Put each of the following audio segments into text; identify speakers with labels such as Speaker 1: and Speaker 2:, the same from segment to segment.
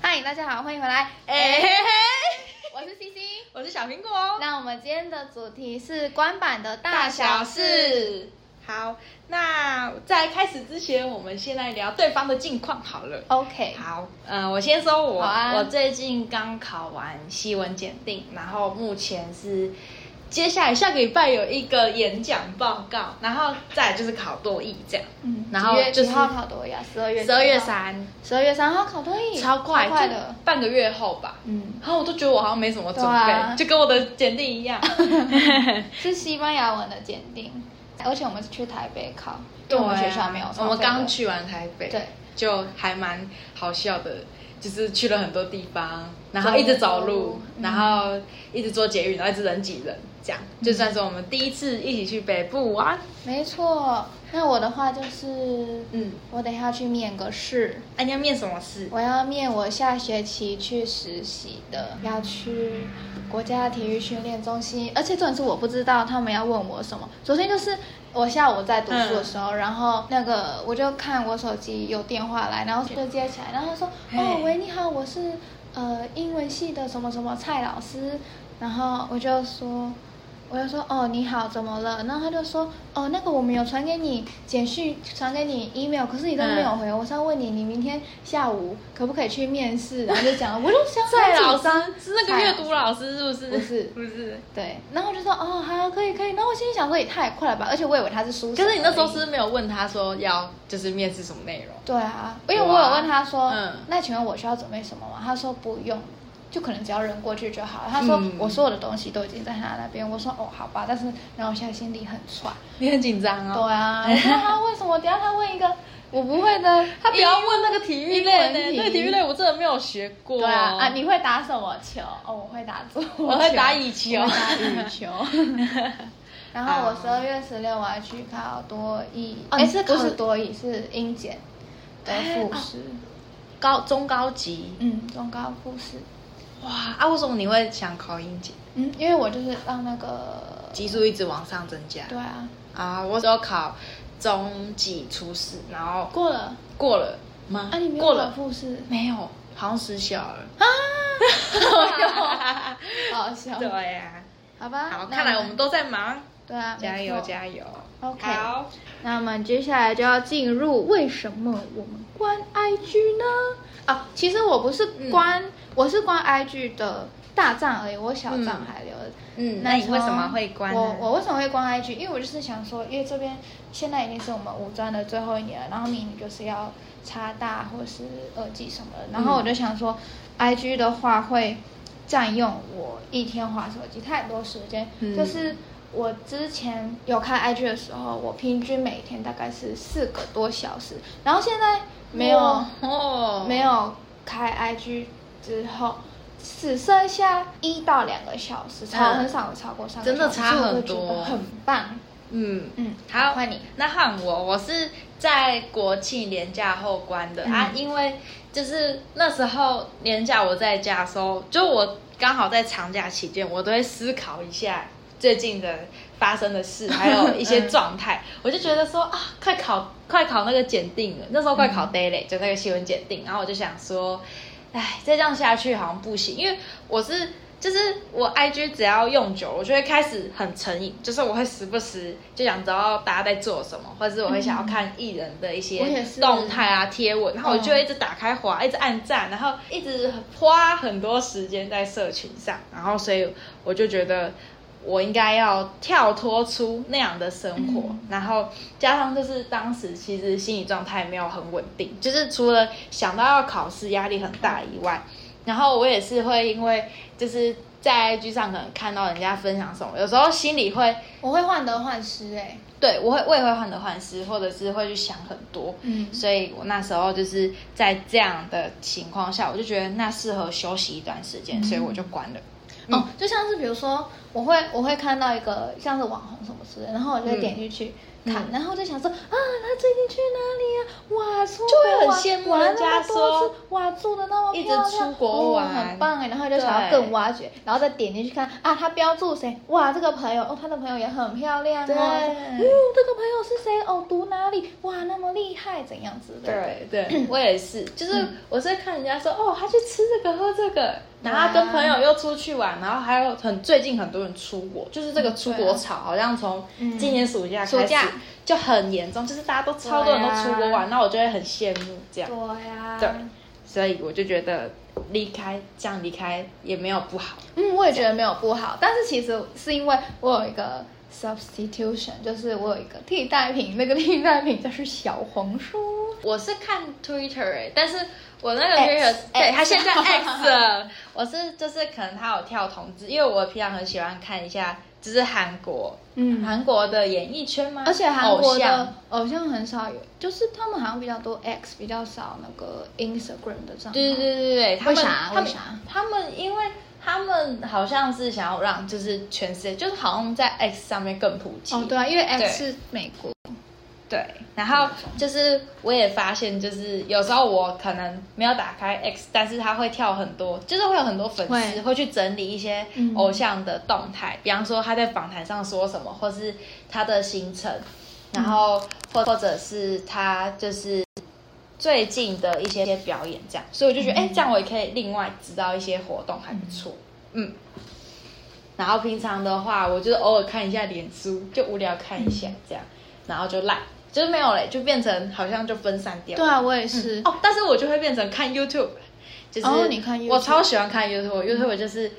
Speaker 1: 嗨，大家好，欢迎回来。
Speaker 2: 哎、嘿嘿
Speaker 1: 我是 CC。
Speaker 2: 我是小苹果，哦
Speaker 1: 那我们今天的主题是官版的大
Speaker 2: 大
Speaker 1: 小
Speaker 2: 小
Speaker 1: 事。
Speaker 2: 事。好，那在开始之前，我们先来聊对方的近况好了。
Speaker 1: OK，
Speaker 2: 好，嗯、我先说我，
Speaker 1: 好啊
Speaker 2: 我最近刚考完西文检定，然后目前是接下来下个礼拜有一个演讲报告，然后再来就是考多艺这样。
Speaker 1: 嗯，
Speaker 2: 然后
Speaker 1: 几月
Speaker 2: 就
Speaker 1: 几
Speaker 2: 是
Speaker 1: 号考多艺啊？十二月
Speaker 2: 十二月
Speaker 1: 几号，
Speaker 2: 三，
Speaker 1: 十二月三号考多艺，
Speaker 2: 超快，
Speaker 1: 超快
Speaker 2: 就
Speaker 1: 的。
Speaker 2: 半个月后吧。
Speaker 1: 嗯，
Speaker 2: 然后我都觉得我好像没什么准备，
Speaker 1: 对啊
Speaker 2: 就跟我的检定一 样。
Speaker 1: 是西班牙文的检定，而且我们是去台北考，因
Speaker 2: 对
Speaker 1: 为
Speaker 2: 啊，
Speaker 1: 我们学校没有，
Speaker 2: 我们刚，去完台北，
Speaker 1: 对，
Speaker 2: 就还蛮好笑的，就是去了很多地方，然后一直走路，
Speaker 1: 嗯
Speaker 2: 然后一直坐捷运，然后一直人挤人，这样就算是我们第一次一起去北部玩。
Speaker 1: 没错。那我的话就是，
Speaker 2: 嗯，
Speaker 1: 我等一下去面个试，
Speaker 2: 哎、你要面什么事？
Speaker 1: 我要面我下学期去实习的，要去国家体育训练中心，而且重点是我不知道他们要问我什么。昨天就是我下午在读书的时
Speaker 2: 嗯
Speaker 1: 候，然后那个我就看我手机有电话来，然后就接起来，然后他说：“
Speaker 2: 嘿
Speaker 1: 哦，喂，你好，我是呃英文系的什么什么蔡老师。”然后我就说。我就说哦你好怎么了？然后他就说哦那个我们有传给你简讯，传给你 email，可是你都没有
Speaker 2: 嗯
Speaker 1: 回。我是要问你，你明天下午可不可以去面试？然后就 讲，我就想
Speaker 2: 蔡老
Speaker 1: 很紧张
Speaker 2: 师是那个阅读老师是不是？
Speaker 1: 不是
Speaker 2: 不是。
Speaker 1: 对，然后我就说哦好可以可以。然后我心里想说也太快了吧，而且我以为他是书生
Speaker 2: 可
Speaker 1: 而已。
Speaker 2: 是你那时候是没有问他说要就是面试什么内容？
Speaker 1: 对啊，因为我有问他说，
Speaker 2: 嗯
Speaker 1: 那请问我需要准备什么吗？他说不用，就可能只要人过去就好了。他说、
Speaker 2: 嗯
Speaker 1: 我所有的东西都已经在他那边。我说哦好吧，但是然后我现在心里很喘。
Speaker 2: 你很紧张哦。
Speaker 1: 对啊， 我说他为什么？等一下他问一个我不会的，
Speaker 2: 他不要问那个体育类
Speaker 1: 英文
Speaker 2: 呢，
Speaker 1: 题
Speaker 2: 那个体育类我真的没有学过。
Speaker 1: 对啊啊！你会打什么球？哦，我会打桌球，
Speaker 2: 我会打羽球
Speaker 1: 我会打羽球。 然后我十二月十六我要去考多艺，
Speaker 2: 哦
Speaker 1: 哎，
Speaker 2: 你
Speaker 1: 是
Speaker 2: 是
Speaker 1: 不
Speaker 2: 考哎哦
Speaker 1: 是多艺是英检的复试？
Speaker 2: 嗯高中高级，
Speaker 1: 嗯，中高复试。
Speaker 2: 哇啊！为什么你会想考英检？
Speaker 1: 嗯，因为我就是让那个
Speaker 2: 级数一直往上增加。
Speaker 1: 对啊
Speaker 2: 啊，我只有考中级初试，然后
Speaker 1: 过了
Speaker 2: 过了吗？
Speaker 1: 啊，你没有
Speaker 2: 过
Speaker 1: 考
Speaker 2: 了？
Speaker 1: 复试
Speaker 2: 没有，好像失效了。
Speaker 1: 啊？好笑。
Speaker 2: 对呀、
Speaker 1: 好吧，
Speaker 2: 好，
Speaker 1: 那
Speaker 2: 看来我们都在忙，
Speaker 1: 对啊，
Speaker 2: 加油
Speaker 1: 没错
Speaker 2: 加油。
Speaker 1: OK
Speaker 2: 好，
Speaker 1: 那我们接下来就要进入为什么我们关 IG 呢？啊，其实我不是关，
Speaker 2: 嗯
Speaker 1: 我是关 IG 的大账而已，我小账还留着。
Speaker 2: 嗯，那你
Speaker 1: 时候
Speaker 2: 为什么会关呢？
Speaker 1: 我我为什么会关 IG？因为我就是想说，因为这边现在已经是我们五专的最后一年了，然后明年就是要插大或是二技什么的，然后我就想说、i g 的话会占用我一天划手机太多时间，
Speaker 2: 嗯
Speaker 1: 就是。我之前有开 IG 的时候，我平均每天大概是四个多小时，然后现在没有、
Speaker 2: 哦，
Speaker 1: 没有开 IG 之后，只剩下一到两个小时，超
Speaker 2: 嗯
Speaker 1: 很少有超过三个小时，
Speaker 2: 真的差
Speaker 1: 所以我
Speaker 2: 很
Speaker 1: 就觉得
Speaker 2: 多
Speaker 1: 很棒。
Speaker 2: 嗯。
Speaker 1: 嗯，
Speaker 2: 好，
Speaker 1: 换你。
Speaker 2: 那换我，我是在国庆年假后关的、
Speaker 1: 嗯
Speaker 2: 啊，因为就是那时候年假我在家的时候，就我刚好在长假期间，我都会思考一下最近的发生的事，还有一
Speaker 1: 嗯
Speaker 2: 些状态，我就觉得说啊，快考快考那个检定了，那时候快考
Speaker 1: 嗯
Speaker 2: daily、就那个新闻检定，然后我就想说，唉，再这样下去好像不行，因为我是就是我 IG 只要用久，我就会开始很成瘾，就是我会时不时就想知道大家在做什么，或者是我会想要看艺人的一
Speaker 1: 嗯我也
Speaker 2: 些
Speaker 1: 是
Speaker 2: 动态啊、贴文，然后我就会一直打开滑，一直按赞，然后一直花很多时间在社群上，然后所以我就觉得。我应该要跳脱出那样的生活，
Speaker 1: 嗯
Speaker 2: 然后加上就是当时其实心理状态没有很稳定，就是除了想到要考试压力很大以外，然后我也是会因为就是在 IG 上可能看到人家分享什么，有时候心里会
Speaker 1: 我会患得患失哎、
Speaker 2: 对我会我也会患得患失，或者是会去想很多。
Speaker 1: 嗯
Speaker 2: 所以我那时候就是在这样的情况下，我就觉得那适合休息一段时
Speaker 1: 嗯
Speaker 2: 间，所以我就关了。
Speaker 1: 哦，就像是比如说，我会我会看到一个像是网红什么之类的，然后我就会点进去，看，
Speaker 2: 嗯
Speaker 1: 然后就想说啊，他最近去哪里呀、哇，出
Speaker 2: 就会
Speaker 1: 国
Speaker 2: 很羡慕
Speaker 1: 玩
Speaker 2: 人
Speaker 1: 那
Speaker 2: 家
Speaker 1: 么多
Speaker 2: 说
Speaker 1: 次哇，住的那么
Speaker 2: 一直
Speaker 1: 漂亮，
Speaker 2: 出国
Speaker 1: 哦
Speaker 2: 玩
Speaker 1: 很棒哎，然后就想要更挖掘，然后再点进去看啊，他标注谁，哇，这个朋友哦，他的朋友也很漂亮哦，
Speaker 2: 对
Speaker 1: 嗯，这个朋友是谁哦，读哪里，哇，那么厉害，怎样之类的，
Speaker 2: 对 对，我也是，就是我是看人家说哦，他去吃这个喝这个，然后他
Speaker 1: 哇
Speaker 2: 跟朋友又出去玩，然后还有很最近很多人出国，就是这个出国潮好像从
Speaker 1: 嗯
Speaker 2: 今年暑假
Speaker 1: 暑
Speaker 2: 开始
Speaker 1: 假啊
Speaker 2: 就很严重，就是大家都超多人都出国玩，那我就会很羡慕这样，
Speaker 1: 对呀、
Speaker 2: 对，所以我就觉得离开这样离开也没有不好，
Speaker 1: 嗯，我也觉得没有不好，但是其实是因为我有一个 substitution，就是我有一个替代品，那个替代品就是小红书。
Speaker 2: 我是看 Twitter 哎、但是我那个
Speaker 1: X，X
Speaker 2: Twitter 对 他现在 X 了，我是就是可能他有跳通知，因为我平常很喜欢看一下就是韩国，
Speaker 1: 嗯
Speaker 2: 韩国的演艺圈吗？
Speaker 1: 而且韩国
Speaker 2: 偶像
Speaker 1: 的偶像很少有，就是他们好像比较多 X，比较少那个 Instagram 的账号。
Speaker 2: 对对对对对，他们
Speaker 1: 为啥
Speaker 2: 他们
Speaker 1: 为啥
Speaker 2: 他们因为他们好像是想要让就是全世界，就是好像在 X 上面更普及。
Speaker 1: 哦，对啊，因为
Speaker 2: 对
Speaker 1: X 是美国。
Speaker 2: 对，然后就是我也发现，就是有时候我可能没有打开 X，但是它会跳很多，就是会有很多粉丝
Speaker 1: 会
Speaker 2: 会去整理一些
Speaker 1: 嗯
Speaker 2: 偶像的动态，比方说他在访谈上说什么，或是他的行程，然后或或者是他就是。最近的一些表演，这样，所以我
Speaker 1: 嗯
Speaker 2: 就觉得，哎、这样我也可以另外知道一些活动，还不错，嗯。然后平常的话，我就是偶尔看一下脸书，就无聊看一下
Speaker 1: 嗯
Speaker 2: 这样，然后就赖，就是没有嘞，就变成好像就分散掉。
Speaker 1: 对啊，我也是。
Speaker 2: 哦，但是我就会变成看 YouTube，就是、
Speaker 1: 哦你看 YouTube 嗯
Speaker 2: 我超喜欢看 YouTube，YouTube 就是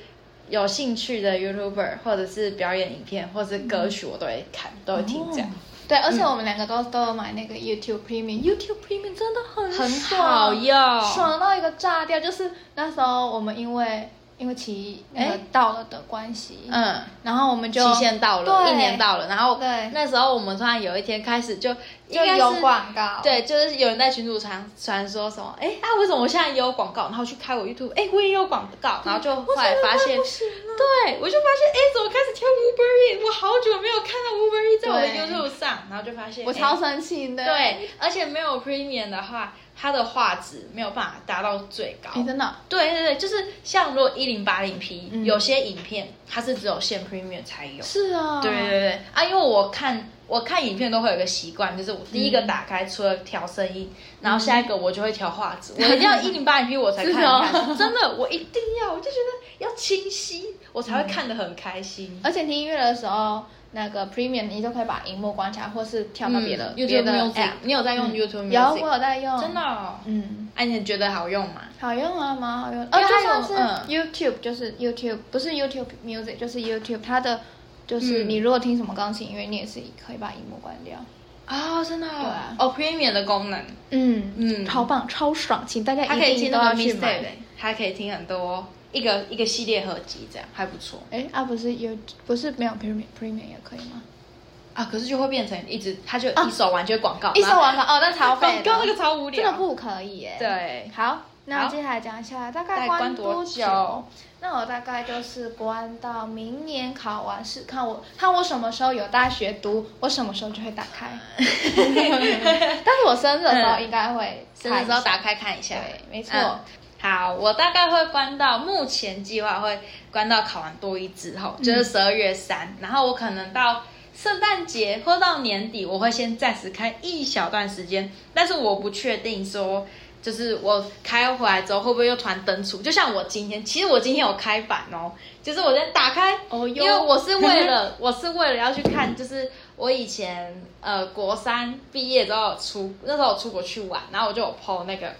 Speaker 2: 有兴趣的 YouTuber 或者是表演影片或是歌曲，我都会看，
Speaker 1: 嗯
Speaker 2: 都会听这样。
Speaker 1: 对，而且我们两个都都有买那个 YouTube Premium，YouTube Premium 真的很
Speaker 2: 很
Speaker 1: 爽
Speaker 2: 好用
Speaker 1: 哦爽到一个炸掉。就是那时候我们因为因为期那个
Speaker 2: 哎
Speaker 1: 到了的关系，
Speaker 2: 嗯，
Speaker 1: 然后我们就
Speaker 2: 期限到了，
Speaker 1: 对
Speaker 2: 一年到了，然后
Speaker 1: 对
Speaker 2: 那时候我们突然有一天开始就
Speaker 1: 就
Speaker 2: 应该是
Speaker 1: 有广告，，
Speaker 2: 对，就是有人在群主传传说什么，哎、啊，为什么我现在也有广告？然后去开我 YouTube，哎、我也有广告，然后就后来发现，
Speaker 1: 不行了。
Speaker 2: 对我就发现，哎、怎么开始跳 Uber E？我好久没有看到 Uber E 在我的
Speaker 1: 对
Speaker 2: YouTube 上，然后就发现，
Speaker 1: 我
Speaker 2: 诶
Speaker 1: 超生气的。，
Speaker 2: 对，而且没有 Premium 的话，它的画质没有办法达到最高。
Speaker 1: 哎，真的，
Speaker 2: 对对对，就是像如果一零八零 P，
Speaker 1: 嗯
Speaker 2: 有些影片它是只有限 Premium 才有。
Speaker 1: 是啊，
Speaker 2: 对对对对啊，因为我看我看影片都会有一个习惯，就是我第
Speaker 1: 嗯
Speaker 2: 一个打开除了调声音，然后下一个我就会调画质，我一定要一零八零 P 我才
Speaker 1: 嗯
Speaker 2: 看
Speaker 1: 是哦
Speaker 2: 得开心，真的我一定要，我就觉得要清晰，我才会看得很开心。
Speaker 1: 而且听音乐的时候，那个 Premium 你就可以把荧幕关起来，或是跳到别的、
Speaker 2: 嗯
Speaker 1: 别
Speaker 2: YouTube
Speaker 1: 的
Speaker 2: Music，
Speaker 1: app。
Speaker 2: 你有在用
Speaker 1: 嗯
Speaker 2: YouTube
Speaker 1: 有，啊
Speaker 2: Music？
Speaker 1: 我有在用。
Speaker 2: 真的、。哦？
Speaker 1: 嗯。
Speaker 2: 哎、你觉得好用吗？
Speaker 1: 好用啊，蛮好用的。
Speaker 2: 因
Speaker 1: 而
Speaker 2: 为
Speaker 1: 且
Speaker 2: 它
Speaker 1: 像
Speaker 2: 有
Speaker 1: 是
Speaker 2: 嗯
Speaker 1: YouTube，就是 YouTube，不是 YouTube Music，就是 YouTube，它的就是
Speaker 2: 嗯
Speaker 1: 你如果听什么钢琴音乐，你也是可以把荧幕关掉。
Speaker 2: 哦，真的哦、
Speaker 1: 对啊
Speaker 2: 哦，Premium 的功能，
Speaker 1: 嗯
Speaker 2: 嗯
Speaker 1: 超棒，超爽，请大家
Speaker 2: 它可
Speaker 1: 一
Speaker 2: 以
Speaker 1: 定
Speaker 2: 听
Speaker 1: 都
Speaker 2: 到
Speaker 1: 要
Speaker 2: m i
Speaker 1: 去
Speaker 2: s t a
Speaker 1: 买
Speaker 2: k。还可以听很多一个一个系列合集，这样还不错。
Speaker 1: 哎，啊不是有不是没有 Premium Premium 也可以吗？
Speaker 2: 啊，可是就会变成一直，他就
Speaker 1: 啊
Speaker 2: 一手完就会广告，
Speaker 1: 一手完了哦，那超
Speaker 2: 广
Speaker 1: 费
Speaker 2: 告那
Speaker 1: 的，
Speaker 2: 个超无聊，
Speaker 1: 真的不可以耶。。
Speaker 2: 对，
Speaker 1: 好，那
Speaker 2: 好
Speaker 1: 接下来讲一下大
Speaker 2: 大概
Speaker 1: 概
Speaker 2: 关
Speaker 1: 关
Speaker 2: 多久
Speaker 1: 久？那我大概就是关到明年考完试，看我看我什么时候有大学读，我什么时候就会打 开。但是我生日的时候应该会
Speaker 2: 真
Speaker 1: 看一
Speaker 2: 嗯的时
Speaker 1: 下
Speaker 2: 候打开看一下，
Speaker 1: 对，没错。
Speaker 2: 嗯好，我大概会关到目前计划会关到考完多一之后，就是十二月三、然后我可能到圣诞节或到年底，我会先暂时开一小段时间，但是我不确定说。就是我开回来之后会不会又突然登出？就像我今天，其实我今天有开版哦，就是我在打开
Speaker 1: 哦
Speaker 2: 因为我是为了我是为了要去看，就是我以前呃国三毕业之后有出那时候我出国去玩，然后我就有 PO 那个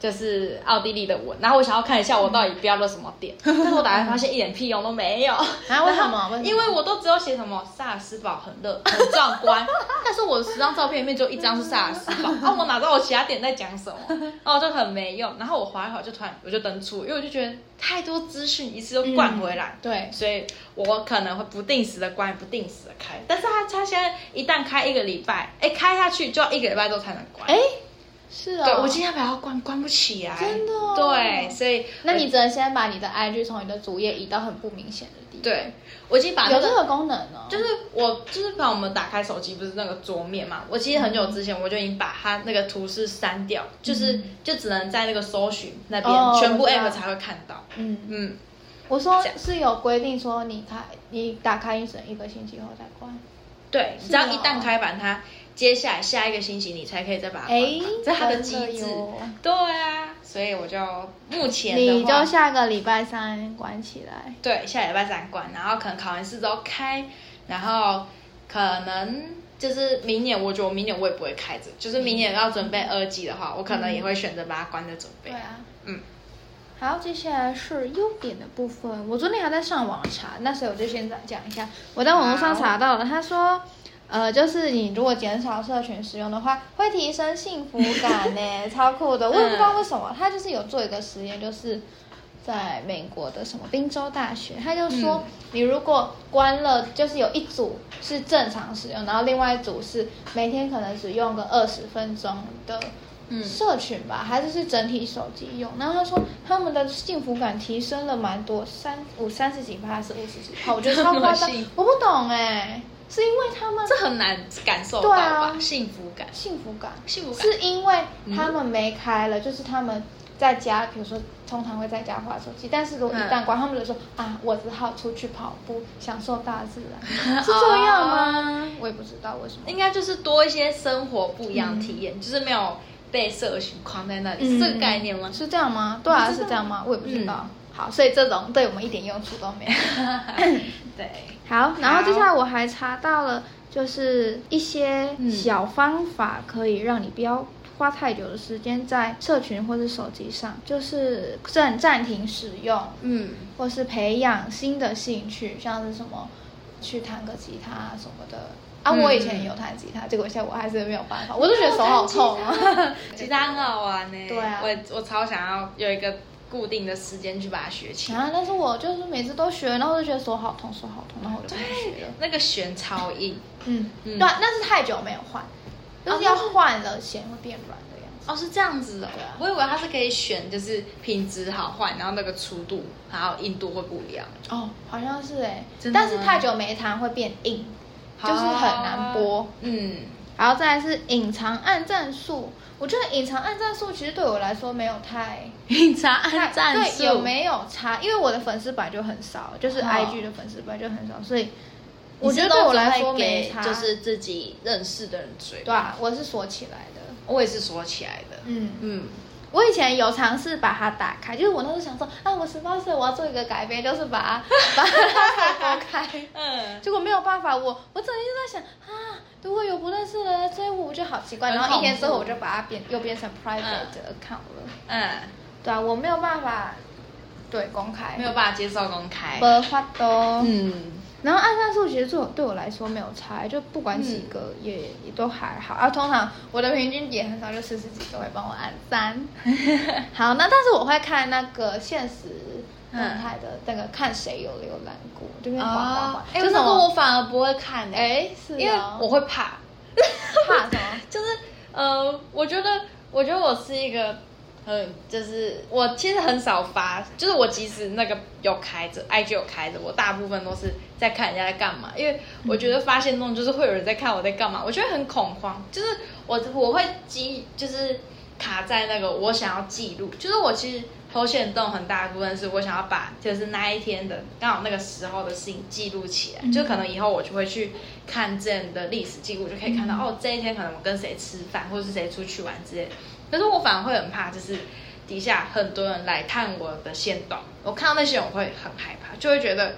Speaker 2: 就是奥地利的文，然后我想要看一下我到底标了什么 点，但是我打开发现一点屁用都没有。
Speaker 1: 啊，为什么？为什么？
Speaker 2: 因为我都只有写什么萨尔斯堡很热很壮 观，但是我十张照片里面只有一张是萨尔斯堡，啊，我哪知道我其他点在讲什么，然后我就很没用。然后我划一划就突然我就登出，因为我就觉得太多资讯一次又灌回来，
Speaker 1: 对，
Speaker 2: 所以我可能会不定时的关，不定时的开。但是它它现在一旦开一个礼拜，哎，开下去就要一个礼拜之后才能关。
Speaker 1: 哎，是
Speaker 2: 对
Speaker 1: 哦，
Speaker 2: 我今天本来要关，关不起来。
Speaker 1: 真的哦
Speaker 2: 对，所以
Speaker 1: 那你只能先把你的 IG 从你的主页移到很不明显的地笔。，
Speaker 2: 对，我已经把那
Speaker 1: 有
Speaker 2: 个
Speaker 1: 这个功能哦。
Speaker 2: 就是我就是把我们打开手机不是那个桌面嘛，我其实很久之前我就已经把它那个图示删掉，就是就只能在那个搜寻那边、
Speaker 1: 嗯哦
Speaker 2: 全部
Speaker 1: 我知道
Speaker 2: app 才会看到。
Speaker 1: 嗯，
Speaker 2: 嗯，
Speaker 1: 我说
Speaker 2: 这样
Speaker 1: 是有规定说你开你打开一整一个星期后再关。
Speaker 2: 对，
Speaker 1: 是
Speaker 2: 只要
Speaker 1: 哦
Speaker 2: 一旦开版它，接下来下一个星期你才可以再把它关
Speaker 1: 哎
Speaker 2: 掉，这是它的机
Speaker 1: 真的
Speaker 2: 制
Speaker 1: 哟。
Speaker 2: 对啊，所以我就目前的
Speaker 1: 你
Speaker 2: 话
Speaker 1: 就下个礼拜三关起来。
Speaker 2: 对，下礼拜三关，然后可能考完试之后开，然后可能就是明年，我觉得我明年我也不会开着，就是明年要准备二季的话，我可能也会选择把它关着准备。
Speaker 1: 对啊。
Speaker 2: 嗯，
Speaker 1: 好，接下来是优点的部分。我昨天还在上网查，那所以我就先讲一下。我在网络上查到了，他说，呃，就是你如果减少社群使用的话，会提升幸福感 呢，超酷的。我也不知
Speaker 2: 嗯
Speaker 1: 道为什么，他就是有做一个实验，就是在美国的什么宾州大学，他就说，
Speaker 2: 嗯
Speaker 1: 你如果关了，就是有一组是正常使用，然后另外一组是每天可能只用个二十分钟的。
Speaker 2: 嗯
Speaker 1: 社群吧，还是是整体手机用。然后他说他们的幸福感提升了蛮多，三五三十几趴还是五十几趴， 我觉得超夸
Speaker 2: 这么
Speaker 1: 张
Speaker 2: 幸，
Speaker 1: 我不懂哎、是因为他们
Speaker 2: 这很难感受
Speaker 1: 对
Speaker 2: 到吧？
Speaker 1: 啊
Speaker 2: 幸福感，
Speaker 1: 幸福感
Speaker 2: 幸福感
Speaker 1: 是因为他们没开了，就是他们在家，比如说通常会在家划手机，但是如果一旦关，他们就说啊，我只好出去跑步，享受大自 然，是这样吗？我也不知道为什么。
Speaker 2: 应该就是多一些生活不一样的体验，就是没有被社群框在那
Speaker 1: 嗯
Speaker 2: 里，是这个概念 吗？嗯
Speaker 1: 是这样吗？对啊，是这样吗？我也不知道。好，所以这种对我们一点用处都 没有。
Speaker 2: 对，
Speaker 1: 好，然后接下来我还查到了，就是一些
Speaker 2: 嗯
Speaker 1: 小方法可以让你不要花太久的时间在社群或是手机上，就是暂暂停使用，
Speaker 2: 嗯，
Speaker 1: 或是培养新的兴趣，像是什么去弹个吉他啊什么的。啊，
Speaker 2: 嗯
Speaker 1: 我以前也有弹吉他，结果现在我还是没有办法，我就觉得手好痛啊。
Speaker 2: 吉他很好玩呢、
Speaker 1: 对啊
Speaker 2: 我我超想要有一个固定的时间去把它学起来。
Speaker 1: 啊，但是我就是每次都学，然后就觉得手好痛，手好痛，然后我就不学了。
Speaker 2: 那个弦超硬
Speaker 1: 嗯，
Speaker 2: 嗯
Speaker 1: 对啊，但是太久没有换，就是要换了弦会变软的样子。
Speaker 2: 哦，是这样子的、
Speaker 1: 对啊
Speaker 2: 我以为它是可以选，就是品质好坏，然后那个粗度还有硬度会不一样，
Speaker 1: 哦，好像是哎、
Speaker 2: 真的吗
Speaker 1: 但是太久没弹会变硬，就是很难播
Speaker 2: 好。嗯，
Speaker 1: 然后再来是隐藏按战术，我觉得隐藏按战术其实对我来说没有太
Speaker 2: 隐藏
Speaker 1: 太
Speaker 2: 按战术
Speaker 1: 对有没有差，因为我的粉丝本来就很少，就是
Speaker 2: 哦
Speaker 1: IG 的粉丝本来就很少，所以
Speaker 2: 你
Speaker 1: 我觉
Speaker 2: 是
Speaker 1: 得
Speaker 2: 都
Speaker 1: 对我
Speaker 2: 只
Speaker 1: 来
Speaker 2: 会
Speaker 1: 说没
Speaker 2: 给
Speaker 1: 差，
Speaker 2: 就是自己认识的人追。
Speaker 1: 对啊，我是锁起来的，
Speaker 2: 我也是说起来的。
Speaker 1: 嗯。
Speaker 2: 嗯，
Speaker 1: 我以前有尝试把它打开，就是我那时候想说，啊，我十八岁，我要做一个改变，就是把 它把它拨开。
Speaker 2: 嗯，
Speaker 1: 结果没有办法，我我整天就在想啊，如果有不认识的人来追我，我就好奇怪。
Speaker 2: 很
Speaker 1: 然
Speaker 2: 恐怖
Speaker 1: 后一年之后，我就把它变又变成 private 的 account 了。
Speaker 2: 嗯，
Speaker 1: 对啊，我没有办法对公开，
Speaker 2: 没有办法接受公开。
Speaker 1: 没法都。
Speaker 2: 嗯，
Speaker 1: 然后按战术其实对我对我来说没有差，就不管几个也、也都还好啊。通常我的平均也很少，就四十几个会帮我按三。 好，那但是我会看那个现实动态的那个看谁有浏览过，这边滑滑滑
Speaker 2: 哦，哎，
Speaker 1: 就
Speaker 2: 这
Speaker 1: 是
Speaker 2: 个
Speaker 1: 我
Speaker 2: 我反而不会看的，
Speaker 1: 哎是哦
Speaker 2: 因为我会怕。
Speaker 1: 怕什么？
Speaker 2: 就是呃，我觉得，我觉得我是一个很，嗯就是我其实很少发，就是我即使那个有开着，IG 有开着，我大部分都是在看人家在干嘛，因为我觉得发现中就是会有人在看我在干嘛，我觉得很恐慌，就是我我会记，就是卡在那个我想要记录，就是我其实。头显动很大一部分是我想要把就是那一天的刚好那个时候的事情记录起来，
Speaker 1: 嗯
Speaker 2: 就可能以后我就会去看这样的历史记录，就可以看到、
Speaker 1: 嗯
Speaker 2: 哦这一天可能我跟谁吃饭或者是谁出去玩之类的。可是我反而会很怕，就是底下很多人来看我的线动，我看到那些人我会很害怕，就会觉得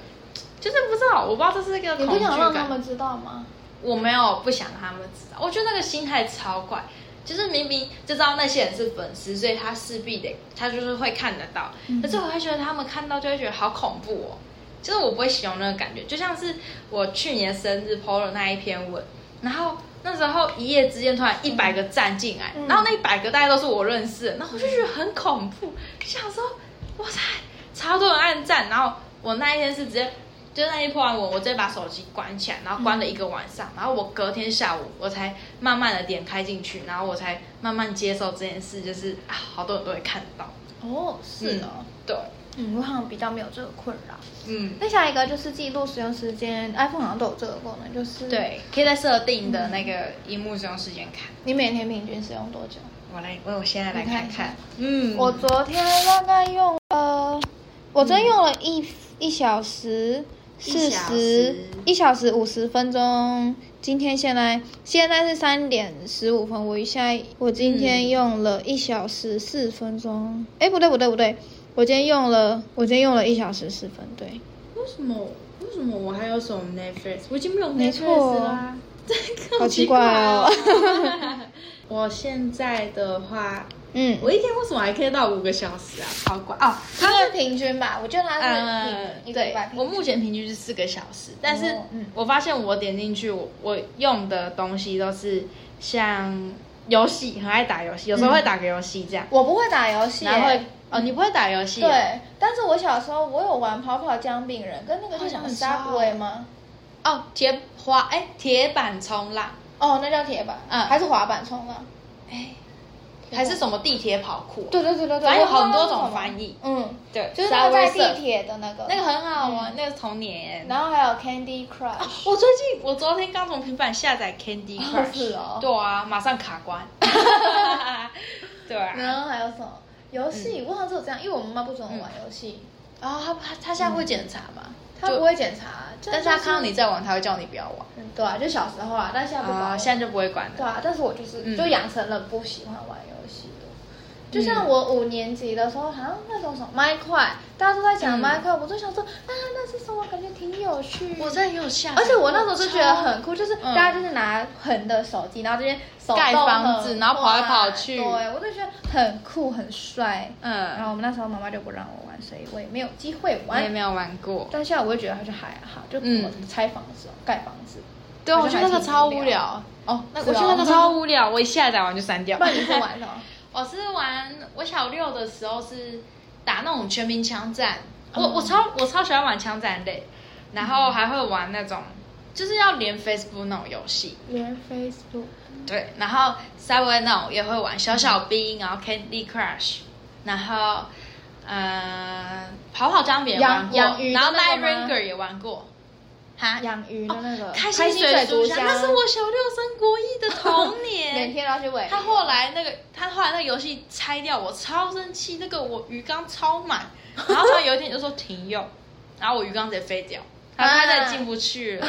Speaker 2: 就是不知道，我不知道这是一 个
Speaker 1: 你不
Speaker 2: 恐惧
Speaker 1: 想
Speaker 2: 感。
Speaker 1: 让他们知道吗？
Speaker 2: 我没有不想让他们知道，我觉得那个心态超怪，就是明明就知道那些人是粉丝，所以他势必得他就是会看得到，
Speaker 1: 嗯
Speaker 2: 可是我会觉得他们看到就会觉得好恐怖哦，就是我不会形容那个感觉，就像是我去年生日 PO 了那一篇文，然后。那时候一夜之间突然一百个赞进来，
Speaker 1: 嗯
Speaker 2: 然后那一百个大家都是我认识的，然后我就觉得很恐怖，就想说，哇塞，超多人按赞，然后我那一天是直接，就是那一泼完我，我直接把手机关起来，然后关了一个晚上，然后我隔天下午我才慢慢的点开进去，然后我才慢慢接受这件事，就是啊，好多人都会看到，
Speaker 1: 哦，是哦。
Speaker 2: 对，
Speaker 1: 嗯，我好像比较没有这个困扰。
Speaker 2: 嗯，
Speaker 1: 那下一个就是记录使用时间，iPhone 好像都有这个功能，就是
Speaker 2: 对，可以在设定的那个荧幕使用时间看。
Speaker 1: 你每天平均使用多久？
Speaker 2: 我来，我我现在来
Speaker 1: 你看
Speaker 2: 看
Speaker 1: 一下
Speaker 2: 看。嗯，
Speaker 1: 我昨天大概用了，我真用了一、一小时四
Speaker 2: 嗯一小
Speaker 1: 十
Speaker 2: 时
Speaker 1: 一小时五十分钟。今天现在现在是三点十五分，我一下我今天
Speaker 2: 嗯
Speaker 1: 用了一小时四分钟。哎、不对不对不对，我今天用了我今天用了一小时四分，对，
Speaker 2: 为什么？为什么我还有什么 Netflix？我已经没有
Speaker 1: 没
Speaker 2: Netflix 啊
Speaker 1: 错
Speaker 2: 啦。这个
Speaker 1: 好奇怪哦。
Speaker 2: 我现在的话，
Speaker 1: 嗯，
Speaker 2: 我一天为什么还可以到五个小时啊？超怪哦！
Speaker 1: 它是平均吧？我觉得它是平、
Speaker 2: 嗯，
Speaker 1: 一个礼
Speaker 2: 对
Speaker 1: 拜，平
Speaker 2: 我目前平均是四个小时，但是
Speaker 1: 哦嗯
Speaker 2: 我发现我点进去，我我用的东西都是像游戏，很爱打游戏，有时候会打个游戏这样，
Speaker 1: 我不会打游戏耶、
Speaker 2: 然后会哦，你不会打游戏
Speaker 1: 嗯
Speaker 2: 啊、
Speaker 1: 对，但是我小时候我有玩跑跑姜饼人跟那个叫什
Speaker 2: 好
Speaker 1: 么
Speaker 2: 像哦很
Speaker 1: Subway 吗？
Speaker 2: 哦，铁滑哎，铁板冲浪
Speaker 1: 哦，那叫铁板，
Speaker 2: 嗯
Speaker 1: 还是滑板冲浪？
Speaker 2: 哎，还是什么地铁跑酷啊、
Speaker 1: 对对对对对，
Speaker 2: 反正有
Speaker 1: 我忘
Speaker 2: 很
Speaker 1: 了
Speaker 2: 多
Speaker 1: 是什么
Speaker 2: 种翻译，
Speaker 1: 嗯，
Speaker 2: 对，
Speaker 1: 就是那
Speaker 2: 稍
Speaker 1: 个在
Speaker 2: 微
Speaker 1: 地铁嗯的那个，
Speaker 2: 那个很好玩，那个童 年。
Speaker 1: 然后还有 Candy Crush，
Speaker 2: 我最近，我昨天刚从平板下载 Candy
Speaker 1: 哦
Speaker 2: Crush，、
Speaker 1: 是哦
Speaker 2: 对啊，马上卡 关，对嗯啊，
Speaker 1: 然后还有什么游戏？我好像只有这样，因为我妈妈不准我玩游戏，
Speaker 2: 然后他他他现在会检查嘛，
Speaker 1: 她
Speaker 2: 嗯就
Speaker 1: 不，会检查，就
Speaker 2: 但是他看到你，在玩，他会叫你不要玩，
Speaker 1: 嗯对啊，就小时候啊，但现在不管
Speaker 2: 啊、
Speaker 1: 我，
Speaker 2: 现在就不会管了，
Speaker 1: 对啊，但是我就是、
Speaker 2: 嗯
Speaker 1: 就养成了不喜欢玩游戏的。就
Speaker 2: 嗯
Speaker 1: 像我五年级的时候，好像那种什么麦块，大家都在讲
Speaker 2: 嗯
Speaker 1: 麦块，我就想说啊，那是什么？感觉挺有趣。
Speaker 2: 我真的有下载 过，
Speaker 1: 而且我那时候就觉得
Speaker 2: 超
Speaker 1: 很酷，就是大
Speaker 2: 嗯
Speaker 1: 家就是拿横的手机，然后这边手动
Speaker 2: 盖房子
Speaker 1: 横
Speaker 2: 然后跑来跑去
Speaker 1: 对，我就觉得很酷很帅。然
Speaker 2: 嗯，
Speaker 1: 后我们那时候妈妈就不让我玩，所以我也没有机会
Speaker 2: 我也
Speaker 1: 玩。
Speaker 2: 没有玩过，
Speaker 1: 但现在我就觉得它就还好，就
Speaker 2: 嗯
Speaker 1: 我拆房子、盖房子。
Speaker 2: 对啊，我觉得那个超
Speaker 1: 我
Speaker 2: 无
Speaker 1: 觉得
Speaker 2: 聊，哦，那
Speaker 1: 是
Speaker 2: 我
Speaker 1: 哦
Speaker 2: 觉得那个超无聊，我一下载完就删掉
Speaker 1: 不，然你是 玩什么？
Speaker 2: 我是玩我小六的时候是打那种全民枪战，我、
Speaker 1: 嗯
Speaker 2: 我超我超喜欢玩枪战类，然后还会玩那种就是要连 Facebook 那种游戏，
Speaker 1: 连 Facebook。
Speaker 2: 对，然后 Subway 那种也会玩小小兵，然后 Candy Crush，然后呃跑跑江也玩过，
Speaker 1: 养养鱼的
Speaker 2: 然后
Speaker 1: 那个
Speaker 2: Night
Speaker 1: 吗
Speaker 2: Ranger 也玩过，哈，
Speaker 1: 养鱼的那个、
Speaker 2: 啊哦开
Speaker 1: 心
Speaker 2: 心水
Speaker 1: 族
Speaker 2: 族箱，那是我小六升国一的童年，
Speaker 1: 每天都要去喂。
Speaker 2: 他后来那个，他后来那个游戏拆掉，我超生气。那个我鱼缸超满，然后他有一天就说停用，然后我鱼缸直接飞掉，然后他再也进不去了。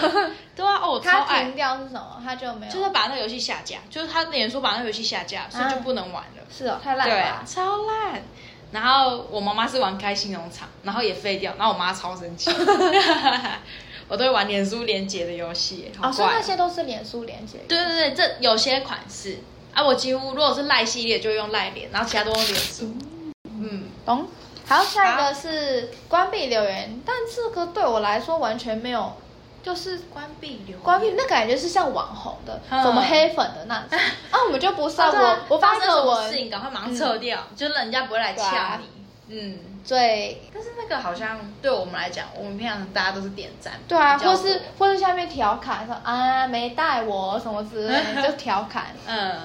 Speaker 2: 对啊，哦，我超
Speaker 1: 他
Speaker 2: 爱
Speaker 1: 停，掉是什么？他就没有。
Speaker 2: 就是把那个游戏下架，就是他脸书把那个游戏下架，所以就不能玩了。
Speaker 1: 是哦，太嗯烂
Speaker 2: 对
Speaker 1: 了
Speaker 2: 啊
Speaker 1: 吧。，
Speaker 2: 超烂。然后我妈妈是玩开心农场，然后也废掉，然后我妈超 生气。 我都会玩脸书连接的游戏，好
Speaker 1: 哦，所以
Speaker 2: 啊怪
Speaker 1: 那。些都是脸书连接。
Speaker 2: 对对对，这有些款式啊，我几乎如果是赖系列就用赖脸，然后其他都用脸书。嗯，
Speaker 1: 懂。好，下一个是关闭留言，但这个对我来说完全没有，就是
Speaker 2: 关闭留
Speaker 1: 关闭那感觉是像网红的，
Speaker 2: 嗯哦
Speaker 1: 什么黑粉的 那种。啊，我们就不是啊，我我
Speaker 2: 发
Speaker 1: 发
Speaker 2: 生
Speaker 1: 个
Speaker 2: 什么事
Speaker 1: 文嗯
Speaker 2: 情赶快马上撤掉，就是人家不会来
Speaker 1: 对啊
Speaker 2: 呛你。嗯，
Speaker 1: 最。
Speaker 2: 但是那个好像对我们来讲，我们平常大家都是点赞，
Speaker 1: 对啊，
Speaker 2: 比较
Speaker 1: 或
Speaker 2: 多
Speaker 1: 是或是下面调侃说啊没带我什么之类的，就调侃。
Speaker 2: 嗯，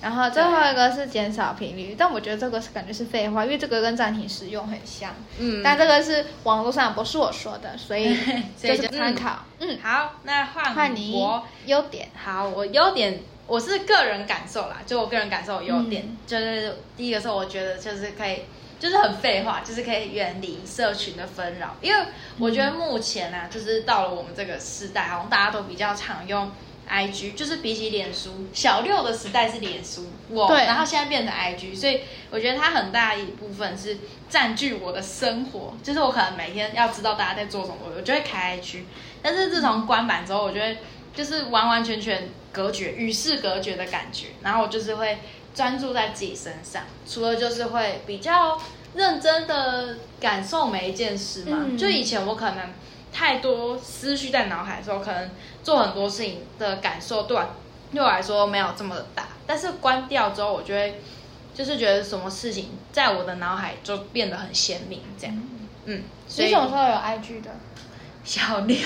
Speaker 1: 然后最后一个是减少频率，但我觉得这个是感觉是废话，因为这个跟暂停使用很像。
Speaker 2: 嗯
Speaker 1: 但这个是网络上不是我说的，所以
Speaker 2: 所
Speaker 1: 就
Speaker 2: 以
Speaker 1: 是
Speaker 2: 就
Speaker 1: 参考。嗯，
Speaker 2: 好，那换
Speaker 1: 换你
Speaker 2: 我
Speaker 1: 优点。
Speaker 2: 好，我优点我是个人感受啦，就我个人感受的优点、
Speaker 1: 嗯
Speaker 2: 就是第一个是我觉得就是可以，就是很废话，就是可以远离社群的纷扰，因为我觉得目前啊，就是到了我们这个时代，好像大家都比较常用。I G 就是比起脸书，小六的时代是脸书，我
Speaker 1: 对
Speaker 2: 然后现在变成 I G，所以我觉得它很大一部分是占据我的生活，就是我可能每天要知道大家在做什么，我就会开 I G。但是自从关板之后，我觉得就是完完全全隔绝与世隔绝的感觉，然后我就是会专注在自己身上，除了就是会比较认真的感受每一件事嘛。
Speaker 1: 嗯
Speaker 2: 就以前我可能太多思绪在脑海的时候，可能做很多事情的感受对我对我来说没有这么大，但是关掉之后，我就会就是觉得什么事情在我的脑海就变得很鲜明，这样。嗯，所
Speaker 1: 你
Speaker 2: 以
Speaker 1: 什么时候有 IG 的？
Speaker 2: 小六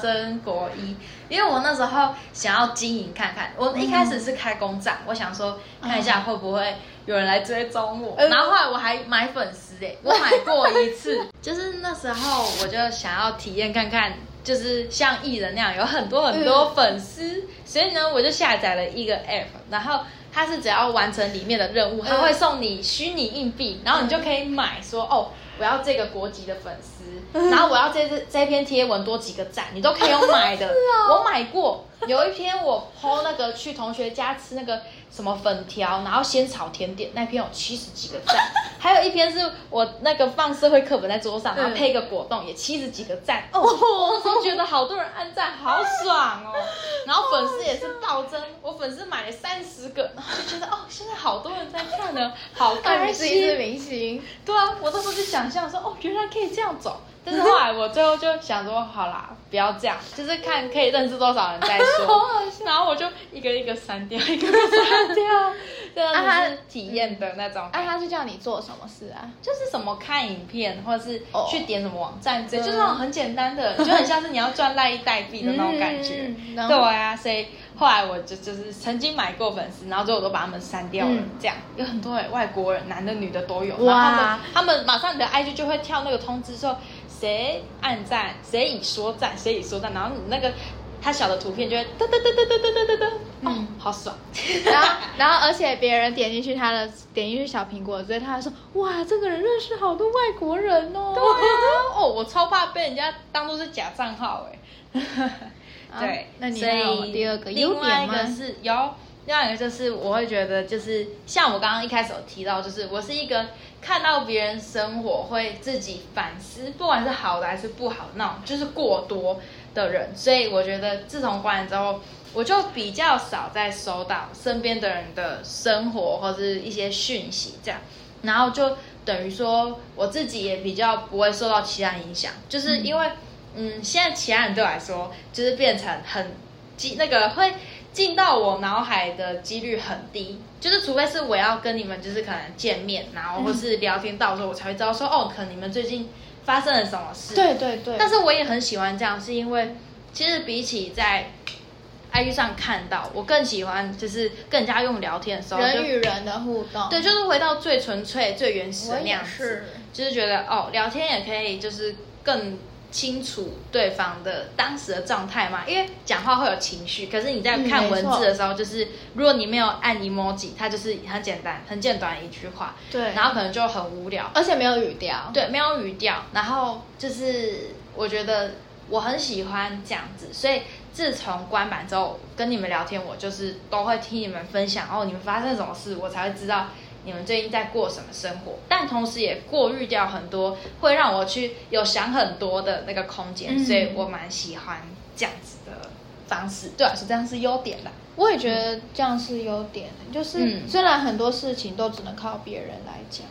Speaker 2: 升国一，因为我那时候想要经营看看，我一开始是开公账，
Speaker 1: 嗯
Speaker 2: 我想说看一下会不会有人来追踪我，
Speaker 1: 嗯
Speaker 2: 然后后来我还买粉丝哎、我买过一次， 就是那时候我就想要体验看看。就是像艺人那样有很多
Speaker 1: 嗯
Speaker 2: 很多粉丝，所以呢，我就下载了一个 app，然后它是只要完成里面的任务，它
Speaker 1: 嗯
Speaker 2: 会送你虚拟硬币，然后你就可以买说哦，我要这个国籍的粉丝，然后我要这这这篇贴文多几个赞，你都可以用买的。我买过，有一篇我 PO 那个去同学家吃那个什么粉条，然后先炒甜点，那篇有七十几个赞。还有一篇是我那个放社会课本在桌上，然后配一个果冻，也七十几个赞。哦，我都觉得好多人按赞，好爽 哦。然后粉丝也是暴增，我粉丝买了三十个，然后就觉得哦，现在好多人在看呢， 好
Speaker 1: 感
Speaker 2: 开
Speaker 1: 觉自己是
Speaker 2: 心。
Speaker 1: 明星，
Speaker 2: 对啊，我那时候就想象说，哦，原来可以这样 走。 但是后来我最后就想说，好啦，不要这样，就是看可以认识多少人再
Speaker 1: 好
Speaker 2: 说。
Speaker 1: 好笑。
Speaker 2: 然后我就一个一个删掉，一个一个删 掉，这样子是体验的那种。
Speaker 1: 那、他是叫你做什么事啊？
Speaker 2: 啊就是什么看影片，或者是
Speaker 1: 哦
Speaker 2: 去点什么网站之类，
Speaker 1: 嗯
Speaker 2: 就是那种很简单的，就很像是你要赚赖一代币的那种感觉。
Speaker 1: 嗯然
Speaker 2: 对
Speaker 1: 后
Speaker 2: 啊，所以后来我就就是曾经买过粉丝，然后最后我都把他们删掉了。
Speaker 1: 嗯
Speaker 2: 这样有很多人，外国人，男的女的都有。
Speaker 1: 哇
Speaker 2: 然后他们他们马上你的 IG 就会跳那个通知说谁按赞，谁已说赞，谁已说赞，然后你那个他小的图片就会噔噔噔噔噔噔噔噔噔，哦
Speaker 1: 嗯，
Speaker 2: 好爽。
Speaker 1: 然后，然后，而且别人点进去他的，点进去小苹果之类，他还说：“哇，这个人认识好多外国人哦。
Speaker 2: 对啊， 哦，我超怕被人家当做是假账号哎、
Speaker 1: 啊
Speaker 2: 对，
Speaker 1: 那你
Speaker 2: 所
Speaker 1: 还
Speaker 2: 以
Speaker 1: 有第二个优
Speaker 2: 另外
Speaker 1: 点
Speaker 2: 一
Speaker 1: 吗
Speaker 2: 个是有，另外一个就是我会觉得就是像我刚刚一开始有提到，就是我是一个看到别人生活会自己反思，不管是好的还是不好的那种，就是过多的人，所以我觉得自从关了之后。我就比较少再收到身边的人的生活或是一些讯息这样，然后就等于说我自己也比较不会受到其他影响，就是因为嗯，现在其他人对我来说就是变成很进那个会进到我脑海的几率很低，就是除非是我要跟你们就是可能见面，然
Speaker 1: 嗯
Speaker 2: 后或是聊天到的时候，我才会知道说哦，可能你们最近发生了什么 事。
Speaker 1: 对对对，
Speaker 2: 但是我也很喜欢这样，是因为其实比起在 IG 上看到，我更喜欢就是更加用聊天的时候，就
Speaker 1: 人与人的互动，
Speaker 2: 对，就是回到最纯粹、最原始
Speaker 1: 我
Speaker 2: 的那
Speaker 1: 也
Speaker 2: 样子
Speaker 1: 是，，
Speaker 2: 就是觉得哦，聊天也可以，就是更清楚对方的当时的状态嘛。因为讲话会有情绪，可是你在
Speaker 1: 嗯
Speaker 2: 看
Speaker 1: 没
Speaker 2: 文
Speaker 1: 错
Speaker 2: 字的时候，就是如果你没有按 emoji，它就是很简单、很简短的一句话，
Speaker 1: 对，
Speaker 2: 然后可能就很无聊。
Speaker 1: 而且没有语调，
Speaker 2: 对，没有语调，然后就是我觉得我很喜欢这样子，所以自从关板之后跟你们聊天，我就是都会听你们分享哦，你们发生什么事，我才会知道你们最近在过什么生活，但同时也过滤掉很多会让我去有想很多的那个空间，
Speaker 1: 嗯
Speaker 2: 所以我蛮喜欢这样子的方式，对我来说这样是优点啦。
Speaker 1: 我也觉得这样是优点，就是、
Speaker 2: 嗯
Speaker 1: 虽然很多事情都只能靠别人来讲，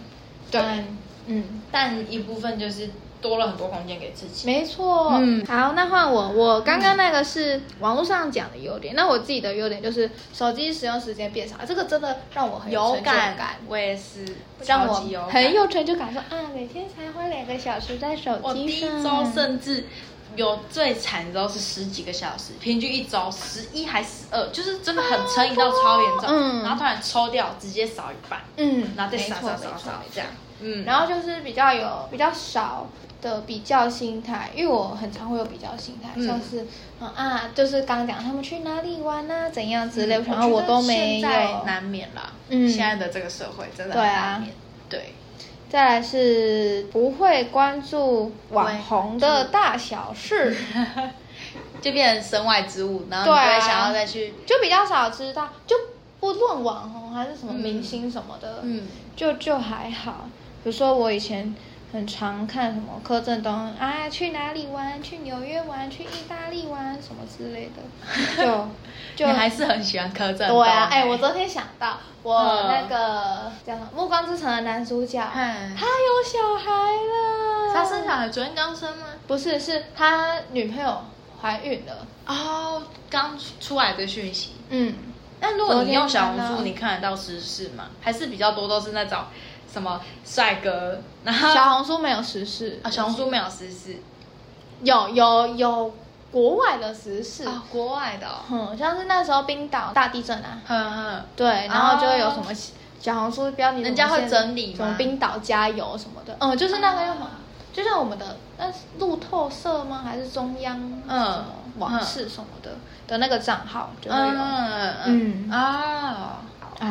Speaker 2: 对
Speaker 1: 但嗯，
Speaker 2: 但一部分就是多了很多空间给自己。
Speaker 1: 没错，
Speaker 2: 嗯
Speaker 1: 好，那换我，我刚刚那个是网络上讲的优点，那我自己的优点就是手机使用时间变少，这个真的让我很有成就
Speaker 2: 感
Speaker 1: 感，
Speaker 2: 我也是，
Speaker 1: 让我
Speaker 2: 超级有感
Speaker 1: 很有成就感说，啊，每天才花两个小时在手
Speaker 2: 我第
Speaker 1: 机
Speaker 2: 一
Speaker 1: 上，
Speaker 2: 周甚至有最惨的时候是十几个小时，平均一周十一还十二，就是真的很撑，一到超严重，
Speaker 1: 哦嗯
Speaker 2: 然后突然抽掉，直接少一半，
Speaker 1: 嗯，
Speaker 2: 然后再
Speaker 1: 没
Speaker 2: 少
Speaker 1: 错
Speaker 2: 少
Speaker 1: 没
Speaker 2: 少
Speaker 1: 错
Speaker 2: 少
Speaker 1: 没
Speaker 2: 这
Speaker 1: 错
Speaker 2: 样，嗯，
Speaker 1: 然后就是比较有比较少的比较心态，因为我很常会有比较心态，
Speaker 2: 嗯
Speaker 1: 像是嗯啊，就是刚刚讲他们去哪里玩啊，怎样之类，
Speaker 2: 嗯
Speaker 1: 然后我
Speaker 2: 觉得
Speaker 1: 都没有
Speaker 2: 现。在难免啦，
Speaker 1: 嗯
Speaker 2: 现在的这个社会真的很
Speaker 1: 对啊
Speaker 2: 难免，对，
Speaker 1: 再来是不会关注网红的大小 事，
Speaker 2: 就变成身外之物，然后
Speaker 1: 对
Speaker 2: 你就
Speaker 1: 啊
Speaker 2: 会想要再去，
Speaker 1: 就比较少知道，就不论网红还是什么
Speaker 2: 嗯
Speaker 1: 明星什么的，
Speaker 2: 嗯，
Speaker 1: 就就还好。比如说我以前很常看什么柯震东啊，去哪里玩？去纽约玩？去意大利玩？什么之类 的，就
Speaker 2: 你
Speaker 1: 就
Speaker 2: 还是很喜欢柯震东，
Speaker 1: 对啊。哎、我昨天想到我
Speaker 2: 嗯
Speaker 1: 那个、叫什么《暮光之城》的男主角，
Speaker 2: 嗯
Speaker 1: 他有小孩了，
Speaker 2: 他生小孩，昨天刚生吗？
Speaker 1: 不是是他女朋友怀孕了，
Speaker 2: 哦，刚出来的讯息，
Speaker 1: 嗯，
Speaker 2: 但如果你用小
Speaker 1: 昨天
Speaker 2: 红
Speaker 1: 看
Speaker 2: 书，
Speaker 1: 到
Speaker 2: 你看得到时事吗？还是比较多都是那种什么帅哥，然后
Speaker 1: 啊小红书没有时事
Speaker 2: 啊小红书没有时事，
Speaker 1: 有有有国外的时事，
Speaker 2: 啊，国外的、哦，
Speaker 1: 嗯，像是那时候冰岛大地震啊，
Speaker 2: 哼哼，
Speaker 1: 对，然后就会有
Speaker 2: 哦
Speaker 1: 什么小红书标题，
Speaker 2: 人家会整理
Speaker 1: 什么
Speaker 2: 吗？
Speaker 1: 冰岛加油什么的，嗯，就是那个叫什么
Speaker 2: 啊，
Speaker 1: 就像我们的那是路透社吗？还是中央
Speaker 2: 嗯
Speaker 1: 什么网视什么的的那个账号就会有啊，
Speaker 2: 嗯嗯啊，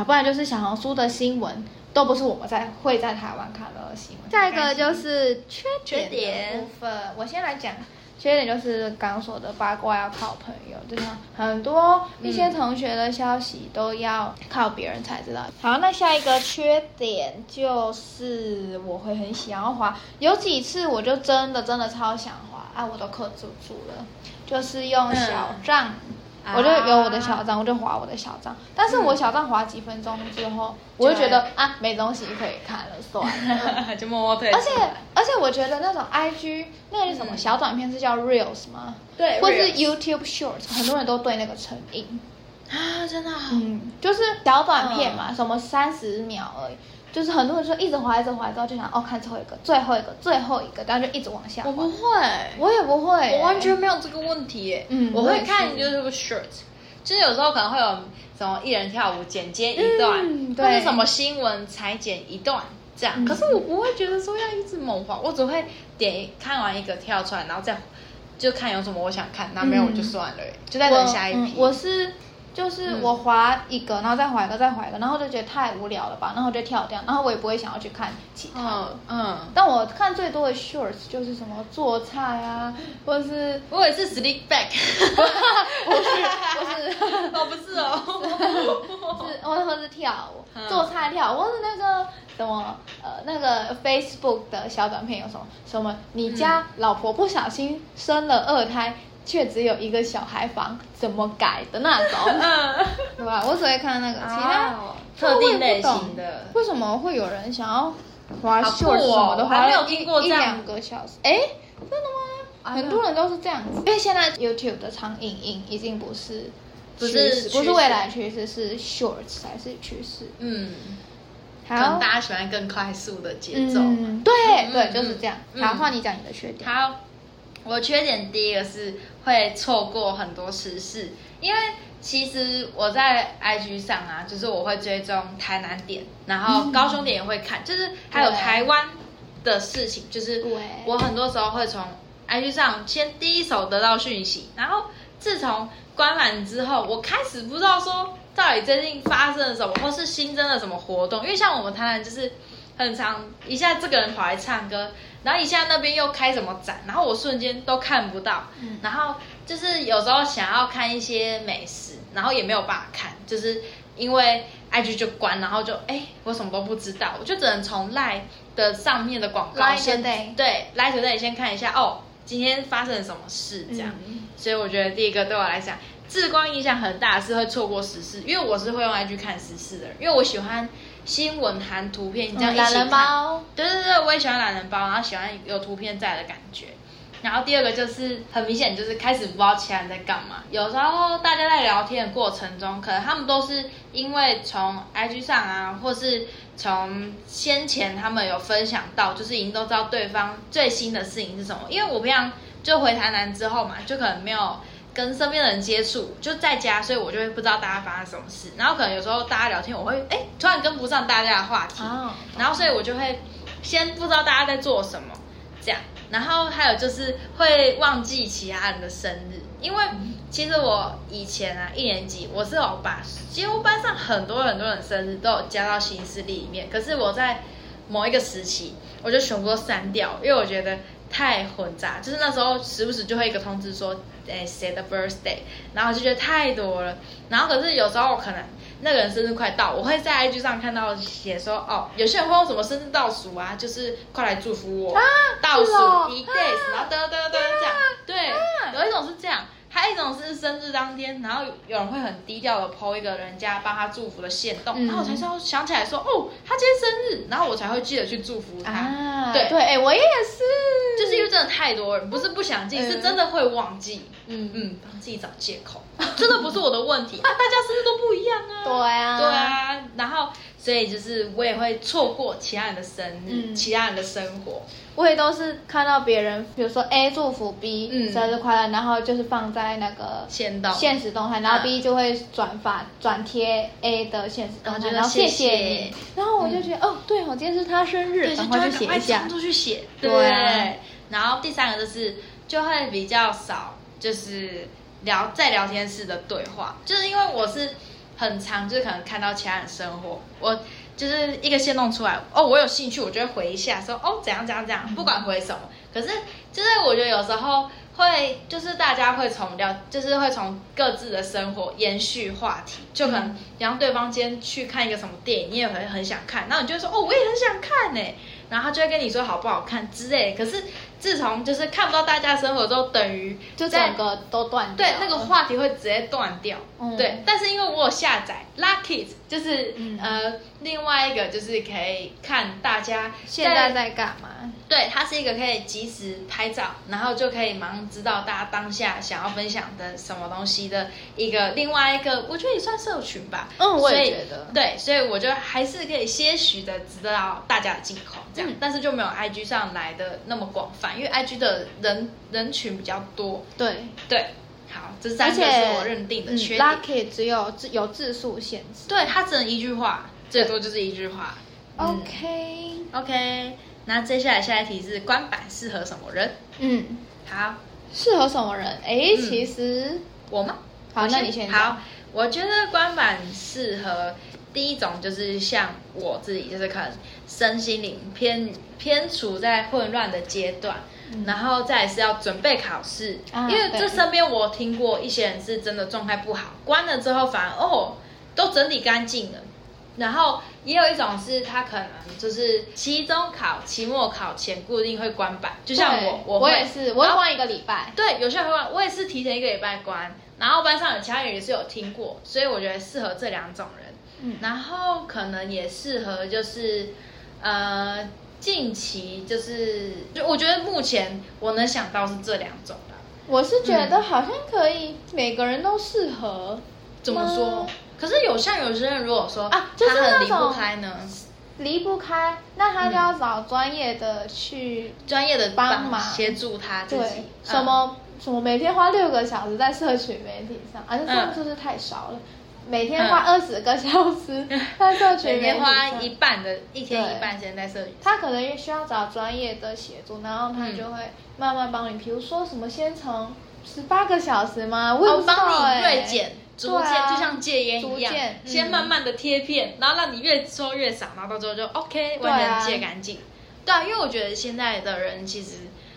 Speaker 1: 不然就是小红书的新闻。都不是我们在会在台湾看到的新闻。下一个就是缺
Speaker 2: 缺
Speaker 1: 点的
Speaker 2: 点
Speaker 1: 部分，我先来讲。缺点就是刚刚说的八卦要靠朋友，就是很多嗯一些同学的消息都要靠别人才知道。好，那下一个缺点就是我会很想要滑，有几次我就真的真的超想滑啊，我都克制住了，就是用小账。我就有我的小账，我就划我的小账，但是我小账划几分钟之后，我就觉得啊，没东西可以看了，算了。
Speaker 2: 就默默退出，
Speaker 1: 而且而且我觉得那种 IG 那个是什么
Speaker 2: 嗯
Speaker 1: 小短片是叫 Reels 吗？
Speaker 2: 对，
Speaker 1: 或是
Speaker 2: Reels
Speaker 1: YouTube Shorts，很多人都对那个成瘾。
Speaker 2: 啊，真的哦，
Speaker 1: 嗯，就是小短片嘛，什么三十秒而已。就是很多人就一直滑，一直滑，之后就想哦，看最后一个，最后一个，最后一个，然后就一直往下滑。
Speaker 2: 我不会，
Speaker 1: 我也不会、
Speaker 2: 我完全没有这个问题耶。
Speaker 1: 嗯
Speaker 2: 我
Speaker 1: 我也
Speaker 2: 会
Speaker 1: 是
Speaker 2: 看 YouTube Short，就是有时候可能会有什么艺人跳舞剪接一段，
Speaker 1: 嗯
Speaker 2: 或者
Speaker 1: 对
Speaker 2: 什么新闻裁剪一段这样。
Speaker 1: 嗯
Speaker 2: 可是我不会觉得说要一直猛滑，我只会点一看完一个跳出来，然后再就看有什么我想看，那没有我就算了耶，就再等下一
Speaker 1: 我嗯
Speaker 2: 批。
Speaker 1: 我是就是
Speaker 2: 嗯
Speaker 1: 我划一个，然后再划一个，再划一个，然后就觉得太无聊了吧，然后我就跳掉，然后我也不会想要去看其他的。
Speaker 2: 嗯嗯，
Speaker 1: 但我看最多的 shorts 就是什么做菜啊，或是
Speaker 2: 我也是 Sleep Back，
Speaker 1: 或是
Speaker 2: 哦不是哦，
Speaker 1: 是，或或是跳舞、
Speaker 2: 嗯
Speaker 1: 做菜跳舞，或是那个什么呃那个 Facebook 的小短片有什么什么，你家老婆不小心生了二胎，却只有一个小孩房，怎么改的那种？
Speaker 2: 嗯，
Speaker 1: 对吧？我只会看那个，其他
Speaker 2: 哦特定类型的。
Speaker 1: 为什么会有人想要滑
Speaker 2: 好
Speaker 1: 秀
Speaker 2: 酷哦
Speaker 1: 什么的，
Speaker 2: 我还
Speaker 1: 滑
Speaker 2: 没有
Speaker 1: 了一
Speaker 2: 听过
Speaker 1: 一
Speaker 2: 这样
Speaker 1: 两个小时？哎，真的吗？
Speaker 2: 啊
Speaker 1: 很多人都是这样子，因为现在 YouTube 的长影音已经不是
Speaker 2: 不
Speaker 1: 趋
Speaker 2: 是
Speaker 1: 势不
Speaker 2: 趋
Speaker 1: 是
Speaker 2: 势
Speaker 1: 未来趋势，是 Shorts 才是趋势。
Speaker 2: 嗯，可
Speaker 1: 好
Speaker 2: 能，大家喜欢更快速的节奏。
Speaker 1: 哦嗯，对
Speaker 2: 嗯
Speaker 1: 对，
Speaker 2: 嗯
Speaker 1: 就是这样。
Speaker 2: 嗯
Speaker 1: 好，换你讲你的缺点。
Speaker 2: 好，我缺点第一个是会错过很多时事，因为其实我在 IG 上啊，就是我会追踪台南点，然后高雄点也会看，就是还有
Speaker 1: 嗯对
Speaker 2: 台湾的事情，就是
Speaker 1: 对
Speaker 2: 我很多时候会从 IG 上先第一手得到讯息，然后自从关满之后，我开始不知道说到底最近发生了什么，或是新增了什么活动，因为像我们台南就是很常一下这个人跑来唱歌，然后一下那边又开什么展，然后我瞬间都看不到，
Speaker 1: 嗯
Speaker 2: 然后就是有时候想要看一些美食，然后也没有办法看，就是因为 IG 就关，然后就哎我什么都不知道，我就只能从 Line 的上面的广告
Speaker 1: Line
Speaker 2: 先
Speaker 1: Today
Speaker 2: 对 Line Today 先看一下哦，今天发生了什么事这样。
Speaker 1: 嗯
Speaker 2: 所以我觉得第一个对我来讲，至关影响很大的是会错过时事，因为我是会用 IG 看时事的人，因为我喜欢新闻含图片，这样一起
Speaker 1: 哦懒
Speaker 2: 看。
Speaker 1: 人包，
Speaker 2: 对对对，我也喜欢懒人包，然后喜欢有图片在的感觉。然后第二个就是很明显，就是开始不知道其他人在干嘛。有时候大家在聊天的过程中，可能他们都是因为从 IG 上啊，或是从先前他们有分享到，就是已经都知道对方最新的事情是什么。因为我平常就回台南之后嘛，就可能没有跟身边的人接触，就在家，所以我就会不知道大家发生什么事。然后可能有时候大家聊天，我会哎突然跟不上大家的话题，
Speaker 1: 啊
Speaker 2: 然后所以我就会先不知道大家在做什么，这样。然后还有就是会忘记其他人的生日，因为其实我以前啊一年级我是有把几乎班上很多很多人生日都有加到行事历里面，可是我在某一个时期我就全部都删掉，因为我觉得太混杂，就是那时候时不时就会一个通知说，哎谁的 birthday，然后就觉得太多了。然后可是有时候我可能那个人生日快到，我会在 IG 上看到写说，哦，有些人会用什么生日倒数啊，就是快来祝福我，倒
Speaker 1: 是哦啊
Speaker 2: 数一 days，然后噔噔噔这样，对，有一种是这样。还有一种是生日当天，然后有人会很低调的 PO 一个人家帮他祝福的线动，
Speaker 1: 嗯
Speaker 2: 然后我才想想起来说，哦，他今天生日，然后我才会记得去祝福他。
Speaker 1: 啊，
Speaker 2: 对
Speaker 1: 对，哎，我也是，
Speaker 2: 就是因为真的太多人，不是不想记，
Speaker 1: 嗯
Speaker 2: 是真的会忘记。
Speaker 1: 嗯
Speaker 2: 嗯，帮自己找借口，真的不是我的问题啊！大家是不是都不一样啊？
Speaker 1: 对啊，
Speaker 2: 对，啊，然后所以就是我也会错过其他人的生日，
Speaker 1: 嗯
Speaker 2: 其他人的生活，
Speaker 1: 我也都是看到别人，比如说 A 祝福 B
Speaker 2: 嗯
Speaker 1: 生日快乐，然后就是放在那个
Speaker 2: 先到
Speaker 1: 现实动态，然
Speaker 2: 嗯
Speaker 1: 后 B 就会转发转贴 A 的现实动
Speaker 2: 然后就
Speaker 1: 态，
Speaker 2: 说
Speaker 1: 然后谢
Speaker 2: 谢谢嗯
Speaker 1: 你，然后我就觉得哦，对哦，今天是他生日，
Speaker 2: 对，就
Speaker 1: 赶
Speaker 2: 就
Speaker 1: 快
Speaker 2: 会
Speaker 1: 去写
Speaker 2: 赶快
Speaker 1: 一下
Speaker 2: 冲，出去写，
Speaker 1: 对
Speaker 2: 对。然后第三个就是就会比较少，就是聊在聊天室的对话，就是因为我是很常就是可能看到其他人生活，我。就是一个先弄出来哦，我有兴趣，我就会回一下说哦怎样怎样怎样，不管回什么。可是就是我觉得有时候会，就是大家会从聊，就是会从各自的生活延续话题，就可能比方对方今天去看一个什么电影，你也很很想看，然后你就会说哦我也很想看呢、然后他就会跟你说好不好看之类。可是自从就是看不到大家生活之后，等于
Speaker 1: 就
Speaker 2: 在
Speaker 1: 整个都断掉
Speaker 2: 对
Speaker 1: 了。
Speaker 2: 那个话题会直接断掉。
Speaker 1: 嗯
Speaker 2: 对，但是因为我有下载 Lucky，就是、
Speaker 1: 嗯
Speaker 2: 呃另外一个就是可以看大家
Speaker 1: 现在在干嘛？
Speaker 2: 对，它是一个可以及时拍照，然后就可以马上知道大家当下想要分享的什么东西的一个另外一个，我觉得也算社群吧。
Speaker 1: 嗯我也
Speaker 2: 所以
Speaker 1: 觉得
Speaker 2: 对，所以我觉得还是可以些许的知道大家的近况这样，
Speaker 1: 嗯
Speaker 2: 但是就没有 IG 上来的那么广泛，因为 IG 的人人群比较多。
Speaker 1: 对，
Speaker 2: 对，好，这
Speaker 1: 而
Speaker 2: 三个
Speaker 1: 且嗯
Speaker 2: 是我认定的缺点。
Speaker 1: Lucky 只有字有字数限制。
Speaker 2: 对，它只能一句话，最多就是一句话。嗯
Speaker 1: OK，
Speaker 2: OK，那接下来下一题是官版适合什么人？
Speaker 1: 嗯，
Speaker 2: 好，
Speaker 1: 适合什么人？诶，其实
Speaker 2: 我吗？
Speaker 1: 好，
Speaker 2: 嗯我
Speaker 1: 那你先讲
Speaker 2: 好，，我觉得官版适合第一种，就是像我自己，就是可能身心灵偏偏处在混乱的阶段，
Speaker 1: 嗯
Speaker 2: 然后再来是要准备考试，
Speaker 1: 啊
Speaker 2: 因为这
Speaker 1: 对
Speaker 2: 身边我听过一些人是真的状态不好，关了之后反而哦都整理干净了。然后也有一种是他可能就是期中考、期末考前固定会关版，就像我
Speaker 1: 对，
Speaker 2: 我
Speaker 1: 我
Speaker 2: 会
Speaker 1: 也是，我会关一个礼拜。
Speaker 2: 对，有些人会问，我也是提前一个礼拜关，然后班上有其他人也是有听过，所以我觉得适合这两种人，
Speaker 1: 嗯
Speaker 2: 然后可能也适合就是，呃，近期就是，就我觉得目前我能想到是这两种吧。
Speaker 1: 我是觉
Speaker 2: 嗯
Speaker 1: 得好像可以，每个人都适合
Speaker 2: 怎么说
Speaker 1: 吗？
Speaker 2: 可是有像有些人如果说
Speaker 1: 啊就是
Speaker 2: 他很
Speaker 1: 那
Speaker 2: 离不
Speaker 1: 种
Speaker 2: 开呢，
Speaker 1: 离不开，那他就
Speaker 2: 嗯
Speaker 1: 要找专业的去
Speaker 2: 专业的
Speaker 1: 帮忙
Speaker 2: 协助他自己
Speaker 1: 对，什
Speaker 2: 嗯
Speaker 1: 么什么每天花六个小时在社群媒体上，啊，这样
Speaker 2: 嗯
Speaker 1: 是不是太少了？每天花二十个小 时在社群媒
Speaker 2: 嗯每天
Speaker 1: 体
Speaker 2: 花
Speaker 1: 上
Speaker 2: 一半的一天一
Speaker 1: 对
Speaker 2: 半时间在社群
Speaker 1: 他可能也需要找专业的协助，然后
Speaker 2: 嗯
Speaker 1: 他就会慢慢帮你，比如说什么先从十八个小时吗？我也不
Speaker 2: 哦，
Speaker 1: 知道
Speaker 2: 帮
Speaker 1: 欸
Speaker 2: 你锐减，逐渐、
Speaker 1: 对啊
Speaker 2: 就像戒烟一样
Speaker 1: 逐渐，嗯
Speaker 2: 先慢慢的贴片，然后让你越抽越少，然后到最后就 OK，
Speaker 1: 对啊
Speaker 2: 完全戒干净。对啊，因为我觉得现在的人其实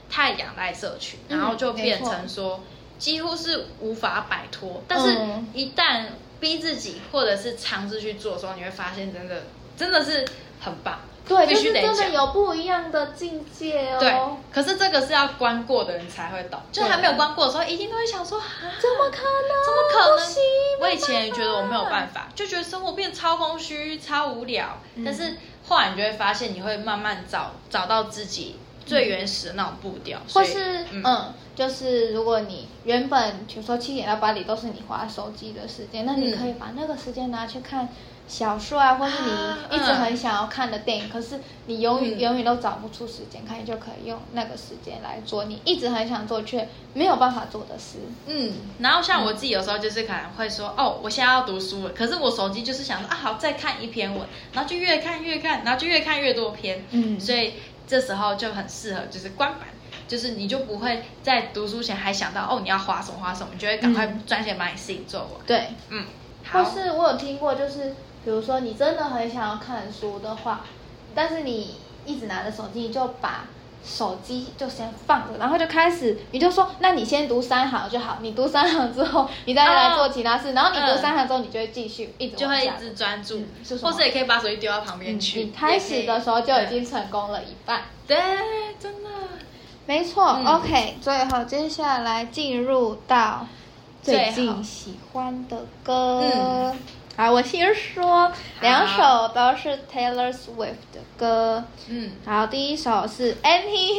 Speaker 2: 太仰赖社群，
Speaker 1: 嗯
Speaker 2: 然后就变成说几乎是无法摆脱，但是
Speaker 1: 嗯
Speaker 2: 一旦逼自己或者是尝试去做的时候，你会发现真的真的是很棒。
Speaker 1: 对，
Speaker 2: 必
Speaker 1: 就
Speaker 2: 须
Speaker 1: 是
Speaker 2: 得
Speaker 1: 真的
Speaker 2: 讲
Speaker 1: 有不一样的境界
Speaker 2: 对
Speaker 1: 哦。，
Speaker 2: 可是这个是要关过的人才会懂，就还没有关过的时候，一定都会想说，啊
Speaker 1: 怎么可能？
Speaker 2: 怎么可
Speaker 1: 不
Speaker 2: 能
Speaker 1: 行？
Speaker 2: 我以前也觉得我没有办
Speaker 1: 法。
Speaker 2: 法，就觉得生活变超空虚、超无聊。
Speaker 1: 嗯
Speaker 2: 但是后来你就会发现，你会慢慢找找到自己最原始的那种步调，所
Speaker 1: 或
Speaker 2: 以
Speaker 1: 是嗯
Speaker 2: 嗯
Speaker 1: 就是如果你原本比如说七点到八点都是你划手机的时间，那你
Speaker 2: 嗯
Speaker 1: 可以把那个时间拿去看小说啊，或是
Speaker 2: 啊
Speaker 1: 你一直很想要看的电影，可是你永远、
Speaker 2: 嗯
Speaker 1: 永远都找不出时间看，你就可以用那个时间来做你一直很想做却没有办法做的事。
Speaker 2: 嗯。然后像我自己有时候就是可能会说，哦，我现在要读书了，可是我手机就是想说啊，好再看一篇文，然后就越看越看，然后就越看越多篇，
Speaker 1: 嗯
Speaker 2: 所以这时候就很适合就是关板。就是你就不会在读书前还想到哦你要划什么划什么，你就会赶快
Speaker 1: 嗯
Speaker 2: 专心把你事情做完。
Speaker 1: 对，
Speaker 2: 嗯，
Speaker 1: 或
Speaker 2: 好。
Speaker 1: 是我有听过，就是比如说你真的很想要看书的话，但是你一直拿着手机，你就把手机就先放着，然后就开始，你就说，那你先读三行就好，你读三行之后，你再来做其他事，然后你读三行之后，你就会继续一直
Speaker 2: 嗯就
Speaker 1: 往
Speaker 2: 会一
Speaker 1: 下
Speaker 2: 直专注，
Speaker 1: 嗯是什
Speaker 2: 或
Speaker 1: 么
Speaker 2: 是也可以把手机丢到旁边
Speaker 1: 嗯
Speaker 2: 去。
Speaker 1: 你开始的时候就
Speaker 2: 也可以
Speaker 1: 已经成功了一半。
Speaker 2: 对，真的
Speaker 1: 没错、
Speaker 2: 嗯
Speaker 1: o k 最后接下来进入到
Speaker 2: 最
Speaker 1: 最
Speaker 2: 好
Speaker 1: 近喜欢的歌。
Speaker 2: 嗯
Speaker 1: 啊，我听说两首都是 Taylor Swift 的歌，
Speaker 2: 嗯，
Speaker 1: 然后第一首是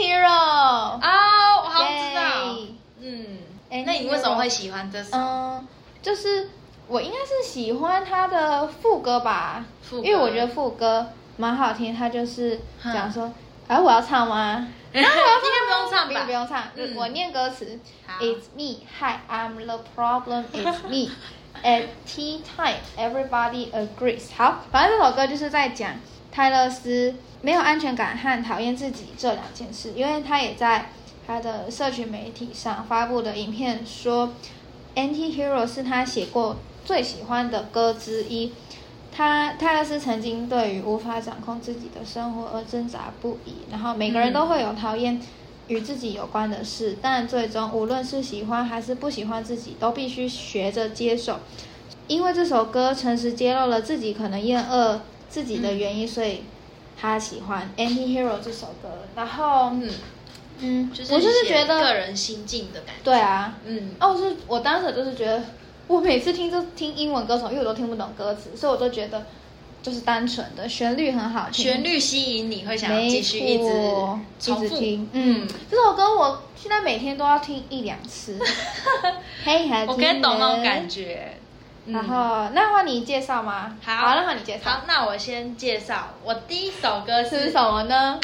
Speaker 1: Anti-Hero，
Speaker 2: 啊，我好像知
Speaker 1: 耶
Speaker 2: 道，嗯，
Speaker 1: 哎
Speaker 2: 那你为什么会喜欢这首？
Speaker 1: 嗯，就是我应该是喜欢他的副歌吧，
Speaker 2: 副歌
Speaker 1: 因为我觉得副歌蛮好听，他就是讲说，哎、我要唱吗？
Speaker 2: 应该不 用唱
Speaker 1: 不用
Speaker 2: 吧？
Speaker 1: 不用唱，
Speaker 2: 嗯
Speaker 1: 我念歌词
Speaker 2: 好
Speaker 1: ，It's me, hi, I'm the problem, it's me. At tea time, everybody agrees. 好，反正这首歌就是在讲泰勒斯没有安全感和讨厌自己这两件事，因为他也在他的社群媒体上发布的影片说，Anti-Hero 是他写过最喜欢的歌之一。他泰勒斯曾经对于无法掌控自己的生活而挣扎不已，然后每个人都会有讨厌与自己有关的事，但最终无论是喜欢还是不喜欢自己，都必须学着接受。因为这首歌诚实揭露了自己可能厌恶自己的原因，所以他喜欢《Anti-Hero》这首歌。然后，
Speaker 2: 嗯，
Speaker 1: 嗯，
Speaker 2: 就
Speaker 1: 我
Speaker 2: 就
Speaker 1: 就是觉
Speaker 2: 个
Speaker 1: 得，
Speaker 2: 人心境的感觉。
Speaker 1: 对啊，
Speaker 2: 嗯，
Speaker 1: 哦，是我当时就是觉得，我每次听这听英文歌手，因为我都听不懂歌词，所以我都觉得就是单纯的旋律很好听，
Speaker 2: 旋律吸引你会想要
Speaker 1: 没
Speaker 2: 继续一直
Speaker 1: 错
Speaker 2: 重
Speaker 1: 一
Speaker 2: 复
Speaker 1: 直听，
Speaker 2: 嗯
Speaker 1: 嗯，，这首歌我现在每天都要听一两 次，嘿，还
Speaker 2: 我可以懂那种
Speaker 1: 觉。
Speaker 2: 感觉。嗯
Speaker 1: 然后，那换你介绍吗？
Speaker 2: 好
Speaker 1: 那换你介绍
Speaker 2: 好，，那我先介绍我第一首歌
Speaker 1: 是
Speaker 2: 是
Speaker 1: 什么呢？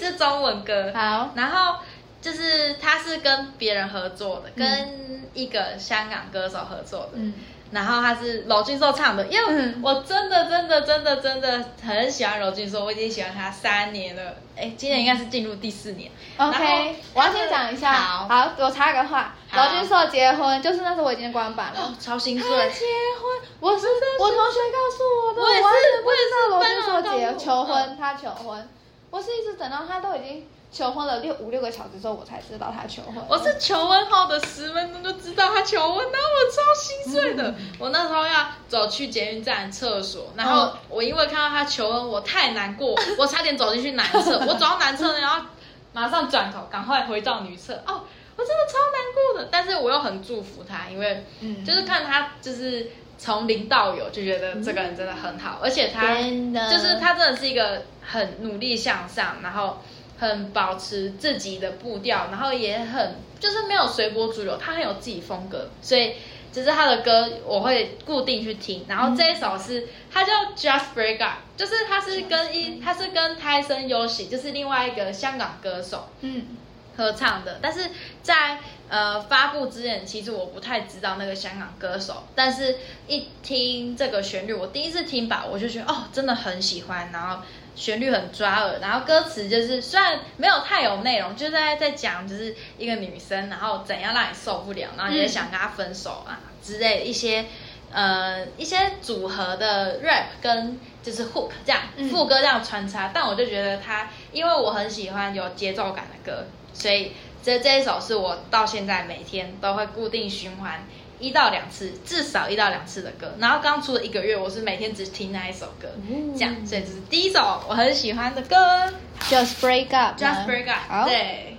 Speaker 2: 是中文歌，
Speaker 1: 好，
Speaker 2: 然后就是它是跟别人合作的，跟一个香港歌手合作的，
Speaker 1: 嗯，
Speaker 2: 然后他是娄俊硕唱的，因为
Speaker 1: 嗯
Speaker 2: 我真的真的真的真的很喜欢娄俊硕，我已经喜欢他三年了，哎，今年应该是进入第四年。然
Speaker 1: OK，
Speaker 2: 后
Speaker 1: 我要先讲一下，
Speaker 2: 好
Speaker 1: 我插个话，
Speaker 2: 好
Speaker 1: 娄俊硕结婚，就是那时候我已经关版了
Speaker 2: 哦。，超心
Speaker 1: 他
Speaker 2: 碎。
Speaker 1: 结婚，我是我同学告诉我的，
Speaker 2: 我也是
Speaker 1: 完全不知道
Speaker 2: 我
Speaker 1: 娄
Speaker 2: 也是
Speaker 1: 俊硕结
Speaker 2: 翻到
Speaker 1: 求
Speaker 2: 嗯
Speaker 1: 婚，他求婚，我是一直等到他都已经求婚了六五六个小时之后，我才知道他求婚。
Speaker 2: 我是求婚后的十分钟就知道他求婚，然后我超心碎的。我那时候要走去捷运站厕所，然后
Speaker 1: 嗯
Speaker 2: 我因为看到他求婚，我太难过，我差点走进去男厕。我走到男厕呢，然后马上转头，赶快回到女厕。哦，我真的超难过的，但是我又很祝福他，因为
Speaker 1: 嗯
Speaker 2: 就是看他就是从零到有，就觉得这个人真的很好，而且他
Speaker 1: 真的
Speaker 2: 就是他真的是一个很努力向上，然后很保持自己的步调，然后也很就是没有随波逐流，他很有自己风格，所以就是他的歌我会固定去听。然后这一首是、他叫 Just Break Up，就是他是跟一他是跟泰森优喜，就是另外一个香港歌手
Speaker 1: 嗯
Speaker 2: 合唱的，但是在呃发布之前，其实我不太知道那个香港歌手，但是一听这个旋律，我第一次听吧，我就觉得哦，真的很喜欢，然后旋律很抓耳，然后歌词就是虽然没有太有内容，就在在讲就是一个女生，然后怎样让你受不了，然后你就想跟她分手啊、之类一些。呃，一些组合的 rap 跟就是 hook 这样
Speaker 1: 嗯
Speaker 2: 副歌这样穿插，但我就觉得它，因为我很喜欢有节奏感的歌，所以这这一首是我到现在每天都会固定循环一到两次，至少一到两次的歌。然后刚出了一个月，我是每天只听那一首歌，
Speaker 1: 嗯
Speaker 2: 这样，所以这是第一首我很喜欢的歌
Speaker 1: ，Just break up，嗯
Speaker 2: ，Just Break
Speaker 1: 好
Speaker 2: Up，对。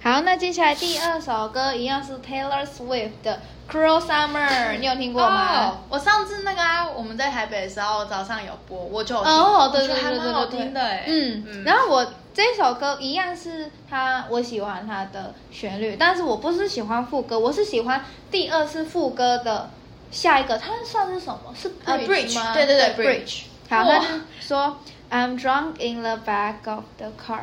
Speaker 1: 好，那接下来第二首歌一样是 Taylor Swift 的《Cruel Summer》，你有听过
Speaker 2: 哦
Speaker 1: 吗？，
Speaker 2: 我上次那个啊，我们在台北的时候早上有播，我就有听
Speaker 1: 哦，对
Speaker 2: 我
Speaker 1: 对
Speaker 2: 觉得
Speaker 1: 对
Speaker 2: 还
Speaker 1: 对
Speaker 2: 蛮好
Speaker 1: 对对，
Speaker 2: 听的哎。
Speaker 1: 嗯，然后我这首歌一样是它，我喜欢它的旋律，但是我不是喜欢副歌，我是喜欢第二次副歌的下一个，它算是什么？是
Speaker 2: 呃
Speaker 1: bridge 吗？
Speaker 2: 对对对
Speaker 1: ，bridge。好，
Speaker 2: 哇
Speaker 1: 那就是说 I'm drunk in the back of the car。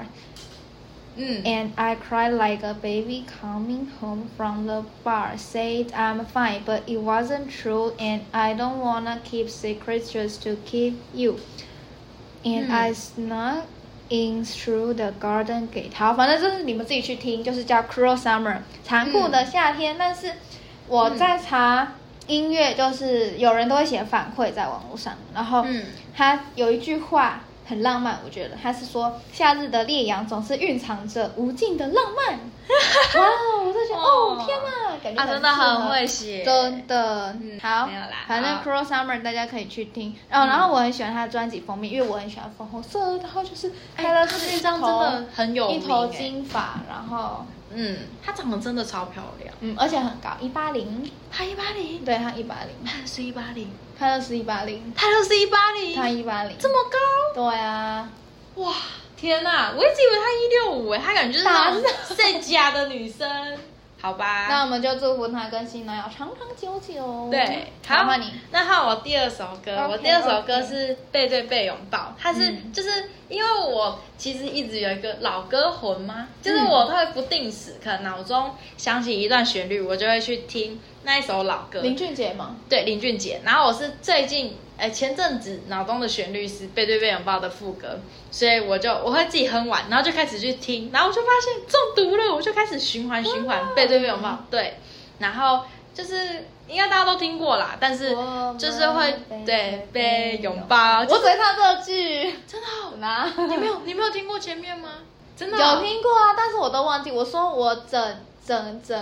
Speaker 2: 嗯，
Speaker 1: And I cried like a baby coming home from the bar. Said I'm fine, but it wasn't true, and I don't wanna keep secrets just to keep you. And
Speaker 2: Hmm.
Speaker 1: I snuck in through the garden gate. 好，反正就是你们自己去听，就是叫 Cruel Summer，残酷
Speaker 2: 嗯
Speaker 1: 的夏天。但是我在查音乐，就是有人都会写反馈在网络上，然后
Speaker 2: 嗯
Speaker 1: 他有一句话 很浪漫，我觉得他是说夏日的烈阳总是蕴藏着无尽的浪漫。哇，我都觉得哦，天哪，感觉
Speaker 2: 他啊真的
Speaker 1: 适合
Speaker 2: 很会写，
Speaker 1: 真的，
Speaker 2: 嗯
Speaker 1: 好，
Speaker 2: 没有啦
Speaker 1: 反正
Speaker 2: 好嗯
Speaker 1: Cruel Summer 大家可以去听。哦，然后我很喜欢他的专辑封面，因为我很喜欢粉红色，然后就是
Speaker 2: 哎
Speaker 1: 他的
Speaker 2: 他
Speaker 1: 是
Speaker 2: 那张真的很有
Speaker 1: 一头
Speaker 2: 名哎
Speaker 1: 金发，然后
Speaker 2: 嗯，她长得真的超漂亮，
Speaker 1: 嗯，而且很高，一八零，
Speaker 2: 她一八零，
Speaker 1: 对他一八零，
Speaker 2: 她是一八零，
Speaker 1: 他就是一八零，
Speaker 2: 她就是一八零，
Speaker 1: 他一八零，
Speaker 2: 这么高，
Speaker 1: 对啊，
Speaker 2: 哇，天哪，我一直以为她一六五哎，她感觉就是那种
Speaker 1: 打
Speaker 2: 在家的女生，好吧，
Speaker 1: 那我们就祝福他跟新男友长长久久。
Speaker 2: 对，
Speaker 1: 好，换你。。
Speaker 2: 那换我第二首歌
Speaker 1: OK，
Speaker 2: 我第二首歌
Speaker 1: OK
Speaker 2: 是《背对背拥抱》，它是、
Speaker 1: 嗯
Speaker 2: 就是因为我其实一直有一个老歌魂嘛，就是我会不定时，可能脑中想起一段旋律，我就会去听那一首老歌。
Speaker 1: 林俊杰吗？
Speaker 2: 对林俊杰，然后我是最近。哎，前阵子脑中的旋律是《背对背拥抱》的副歌，所以我就我会自己哼完，然后就开始去听，然后我就发现中毒了，我就开始循环循环《背对背拥抱》。对，然后就是应该大家都听过啦，但是
Speaker 1: 我
Speaker 2: 就是会
Speaker 1: 们
Speaker 2: 对
Speaker 1: 被
Speaker 2: 被拥抱。
Speaker 1: 我
Speaker 2: 就
Speaker 1: 只会唱这句。
Speaker 2: 真的好难，
Speaker 1: 哪？
Speaker 2: 你 没有你没有听过前面吗？真的
Speaker 1: 有听过啊，但是我都忘记。我说我整整整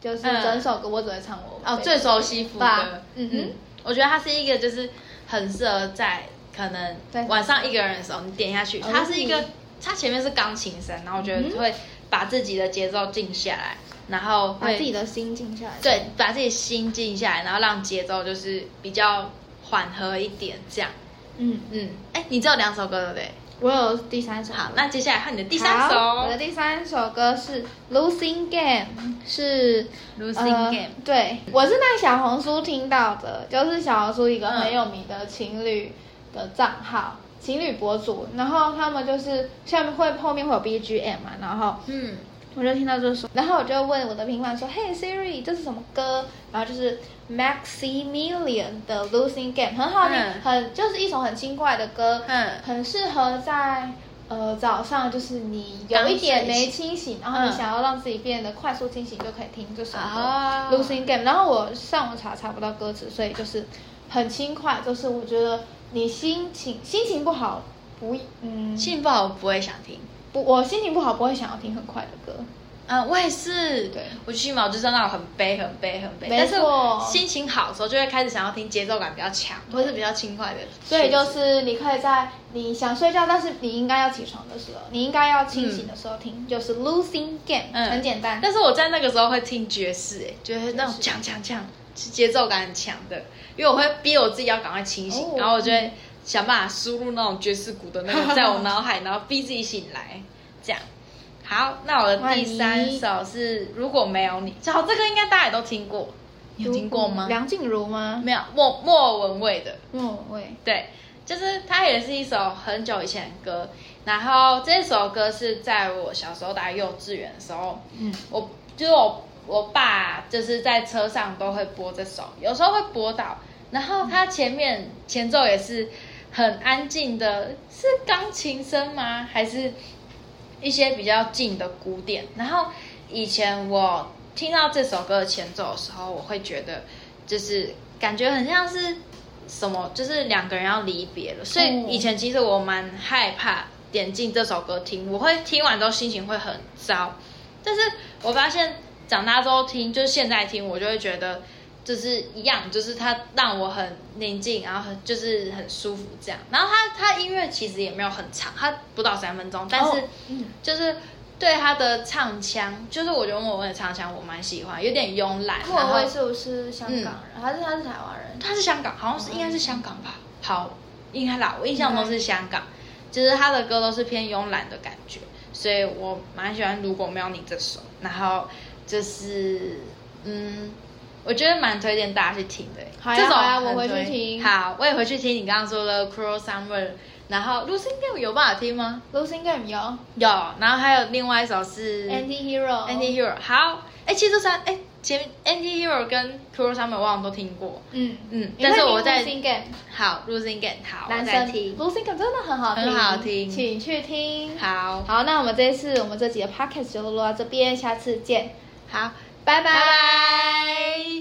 Speaker 1: 就是
Speaker 2: 嗯
Speaker 1: 整首歌，我只会唱我
Speaker 2: 哦，最熟悉副歌
Speaker 1: 吧。嗯哼
Speaker 2: 嗯，我觉得它是一个就是很适合在可能
Speaker 1: 对
Speaker 2: 晚上一个人的时候，你点下去，
Speaker 1: 哦
Speaker 2: 它是一个它前面是钢琴声，然后我觉
Speaker 1: 嗯
Speaker 2: 得
Speaker 1: 哼
Speaker 2: 会把自己的节奏静下来，然后
Speaker 1: 把
Speaker 2: 会
Speaker 1: 自己的心静下来。
Speaker 2: 对，把自己心静下来，然后让节奏就是比较缓和一点这样。
Speaker 1: 嗯，
Speaker 2: 嗯，哎，你只有两首歌对不对？
Speaker 1: 我有第三首歌。
Speaker 2: 好，那接下来看你的第三首。
Speaker 1: 好我的第三首歌是《Losing Game》，是
Speaker 2: Losing
Speaker 1: 呃
Speaker 2: Game
Speaker 1: 对，我是在小红书听到的，就是小红书一个很
Speaker 2: 嗯
Speaker 1: 有名的情侣的账号。情侣博主，然后他们就是下面会后面会有 BGM 嘛，然后
Speaker 2: 嗯，
Speaker 1: 我就听到这首，然后我就问我的平板说：“Hey Siri，这是什么歌？”然后就是 Maximilian 的《Losing Game》，很好听，
Speaker 2: 嗯
Speaker 1: 很就是一首很轻快的歌，
Speaker 2: 嗯
Speaker 1: 很适合在呃早上，就是你有一点没清醒，然后你
Speaker 2: 嗯
Speaker 1: 想要让自己变得快速清醒，就可以听这首
Speaker 2: 哦
Speaker 1: 歌《Losing Game》。然后我上网查查不到歌词，所以就是很轻快，就是我觉得你心情心情不好不嗯
Speaker 2: 信报我不会想听。
Speaker 1: 不，我心情不好不会想要听很快的歌。
Speaker 2: 嗯，我也是。
Speaker 1: 对，
Speaker 2: 我信报就是那种很悲、很悲、很悲，
Speaker 1: 没
Speaker 2: 但是
Speaker 1: 错
Speaker 2: 心情好的时候就会开始想要听节奏感比较强或是比较轻快的曲子。
Speaker 1: 所以就是你可以在你想睡觉，但是你应该要起床的时候，你应该要清醒的时候听，就是 losing game，、
Speaker 2: 嗯
Speaker 1: 很简单。
Speaker 2: 但是我在那个时候会听爵士、哎，就是那种
Speaker 1: 爵士
Speaker 2: 锵锵锵，是节奏感很强的，因为我会逼我自己要赶快清醒，
Speaker 1: 哦
Speaker 2: 然后我就会想办法输入那种爵士鼓的那个在我脑海，然后逼自己醒来，这样。好，那我的第
Speaker 1: 哇
Speaker 2: 三
Speaker 1: 你
Speaker 2: 首是《如果没有你》，好，这个应该大家也都听过，你有听过吗？
Speaker 1: 梁静茹吗？
Speaker 2: 没有，莫莫文蔚的，
Speaker 1: 莫文蔚。
Speaker 2: 对，就是它也是一首很久以前的歌，然后这首歌是在我小时候打幼稚园的时候，
Speaker 1: 嗯，
Speaker 2: 我就是我我爸就是在车上都会播这首，有时候会播到，然后它前面前奏也是很安静的，是钢琴声吗？还是一些比较近的古典？然后以前我听到这首歌的前奏的时候，我会觉得就是感觉很像是什么，就是两个人要离别了，所以
Speaker 1: 哦
Speaker 2: 以前其实我蛮害怕点进这首歌听，我会听完之后心情会很糟。但是我发现长大之后听，就是现在听，我就会觉得就是一样，就是它让我很宁静，然后很就是很舒服这样。然后它它音乐其实也没有很长，它不到三分钟，但是
Speaker 1: 哦嗯
Speaker 2: 就是对它的唱腔，就是我觉得莫文蔚的唱腔我蛮喜欢，有点慵懒。
Speaker 1: 莫文
Speaker 2: 然
Speaker 1: 蔚
Speaker 2: 后
Speaker 1: 是不是香港人？还是他是台湾人？
Speaker 2: 他是香港，好像
Speaker 1: 哦
Speaker 2: 是应该是香港吧？好，应该啦，我印象中是香港。就是他的歌都是偏慵懒的感觉，所以我蛮喜欢《如果没有你》这首。然后就是，嗯，我觉得蛮推荐大家去听的。欸
Speaker 1: 好呀
Speaker 2: 这首
Speaker 1: 好呀
Speaker 2: 很
Speaker 1: 我回去
Speaker 2: 推
Speaker 1: 听
Speaker 2: 好，我也回去听你刚刚说的《Cruel Summer》，然后《Losing Game》有办法听吗？
Speaker 1: losing game 有
Speaker 2: 有，然后还有另外一首是
Speaker 1: Andy Hero。
Speaker 2: Andy Hero。好，哎，其实这三哎前面 Andy Hero 跟 Cruel Summer 我好像都听过。
Speaker 1: 嗯
Speaker 2: 嗯
Speaker 1: 你会
Speaker 2: 但是
Speaker 1: 听
Speaker 2: 我在
Speaker 1: losing game
Speaker 2: 好，Losing Game，好，我
Speaker 1: 男
Speaker 2: 再
Speaker 1: 生
Speaker 2: 听。
Speaker 1: losing game 真的很好听，
Speaker 2: 很好听
Speaker 1: 请去听。
Speaker 2: 好，
Speaker 1: 好，那我们这一次我们这集的 podcast 就录到这边，下次见，
Speaker 2: 好，
Speaker 1: 拜
Speaker 2: 拜
Speaker 1: 拜
Speaker 2: 拜。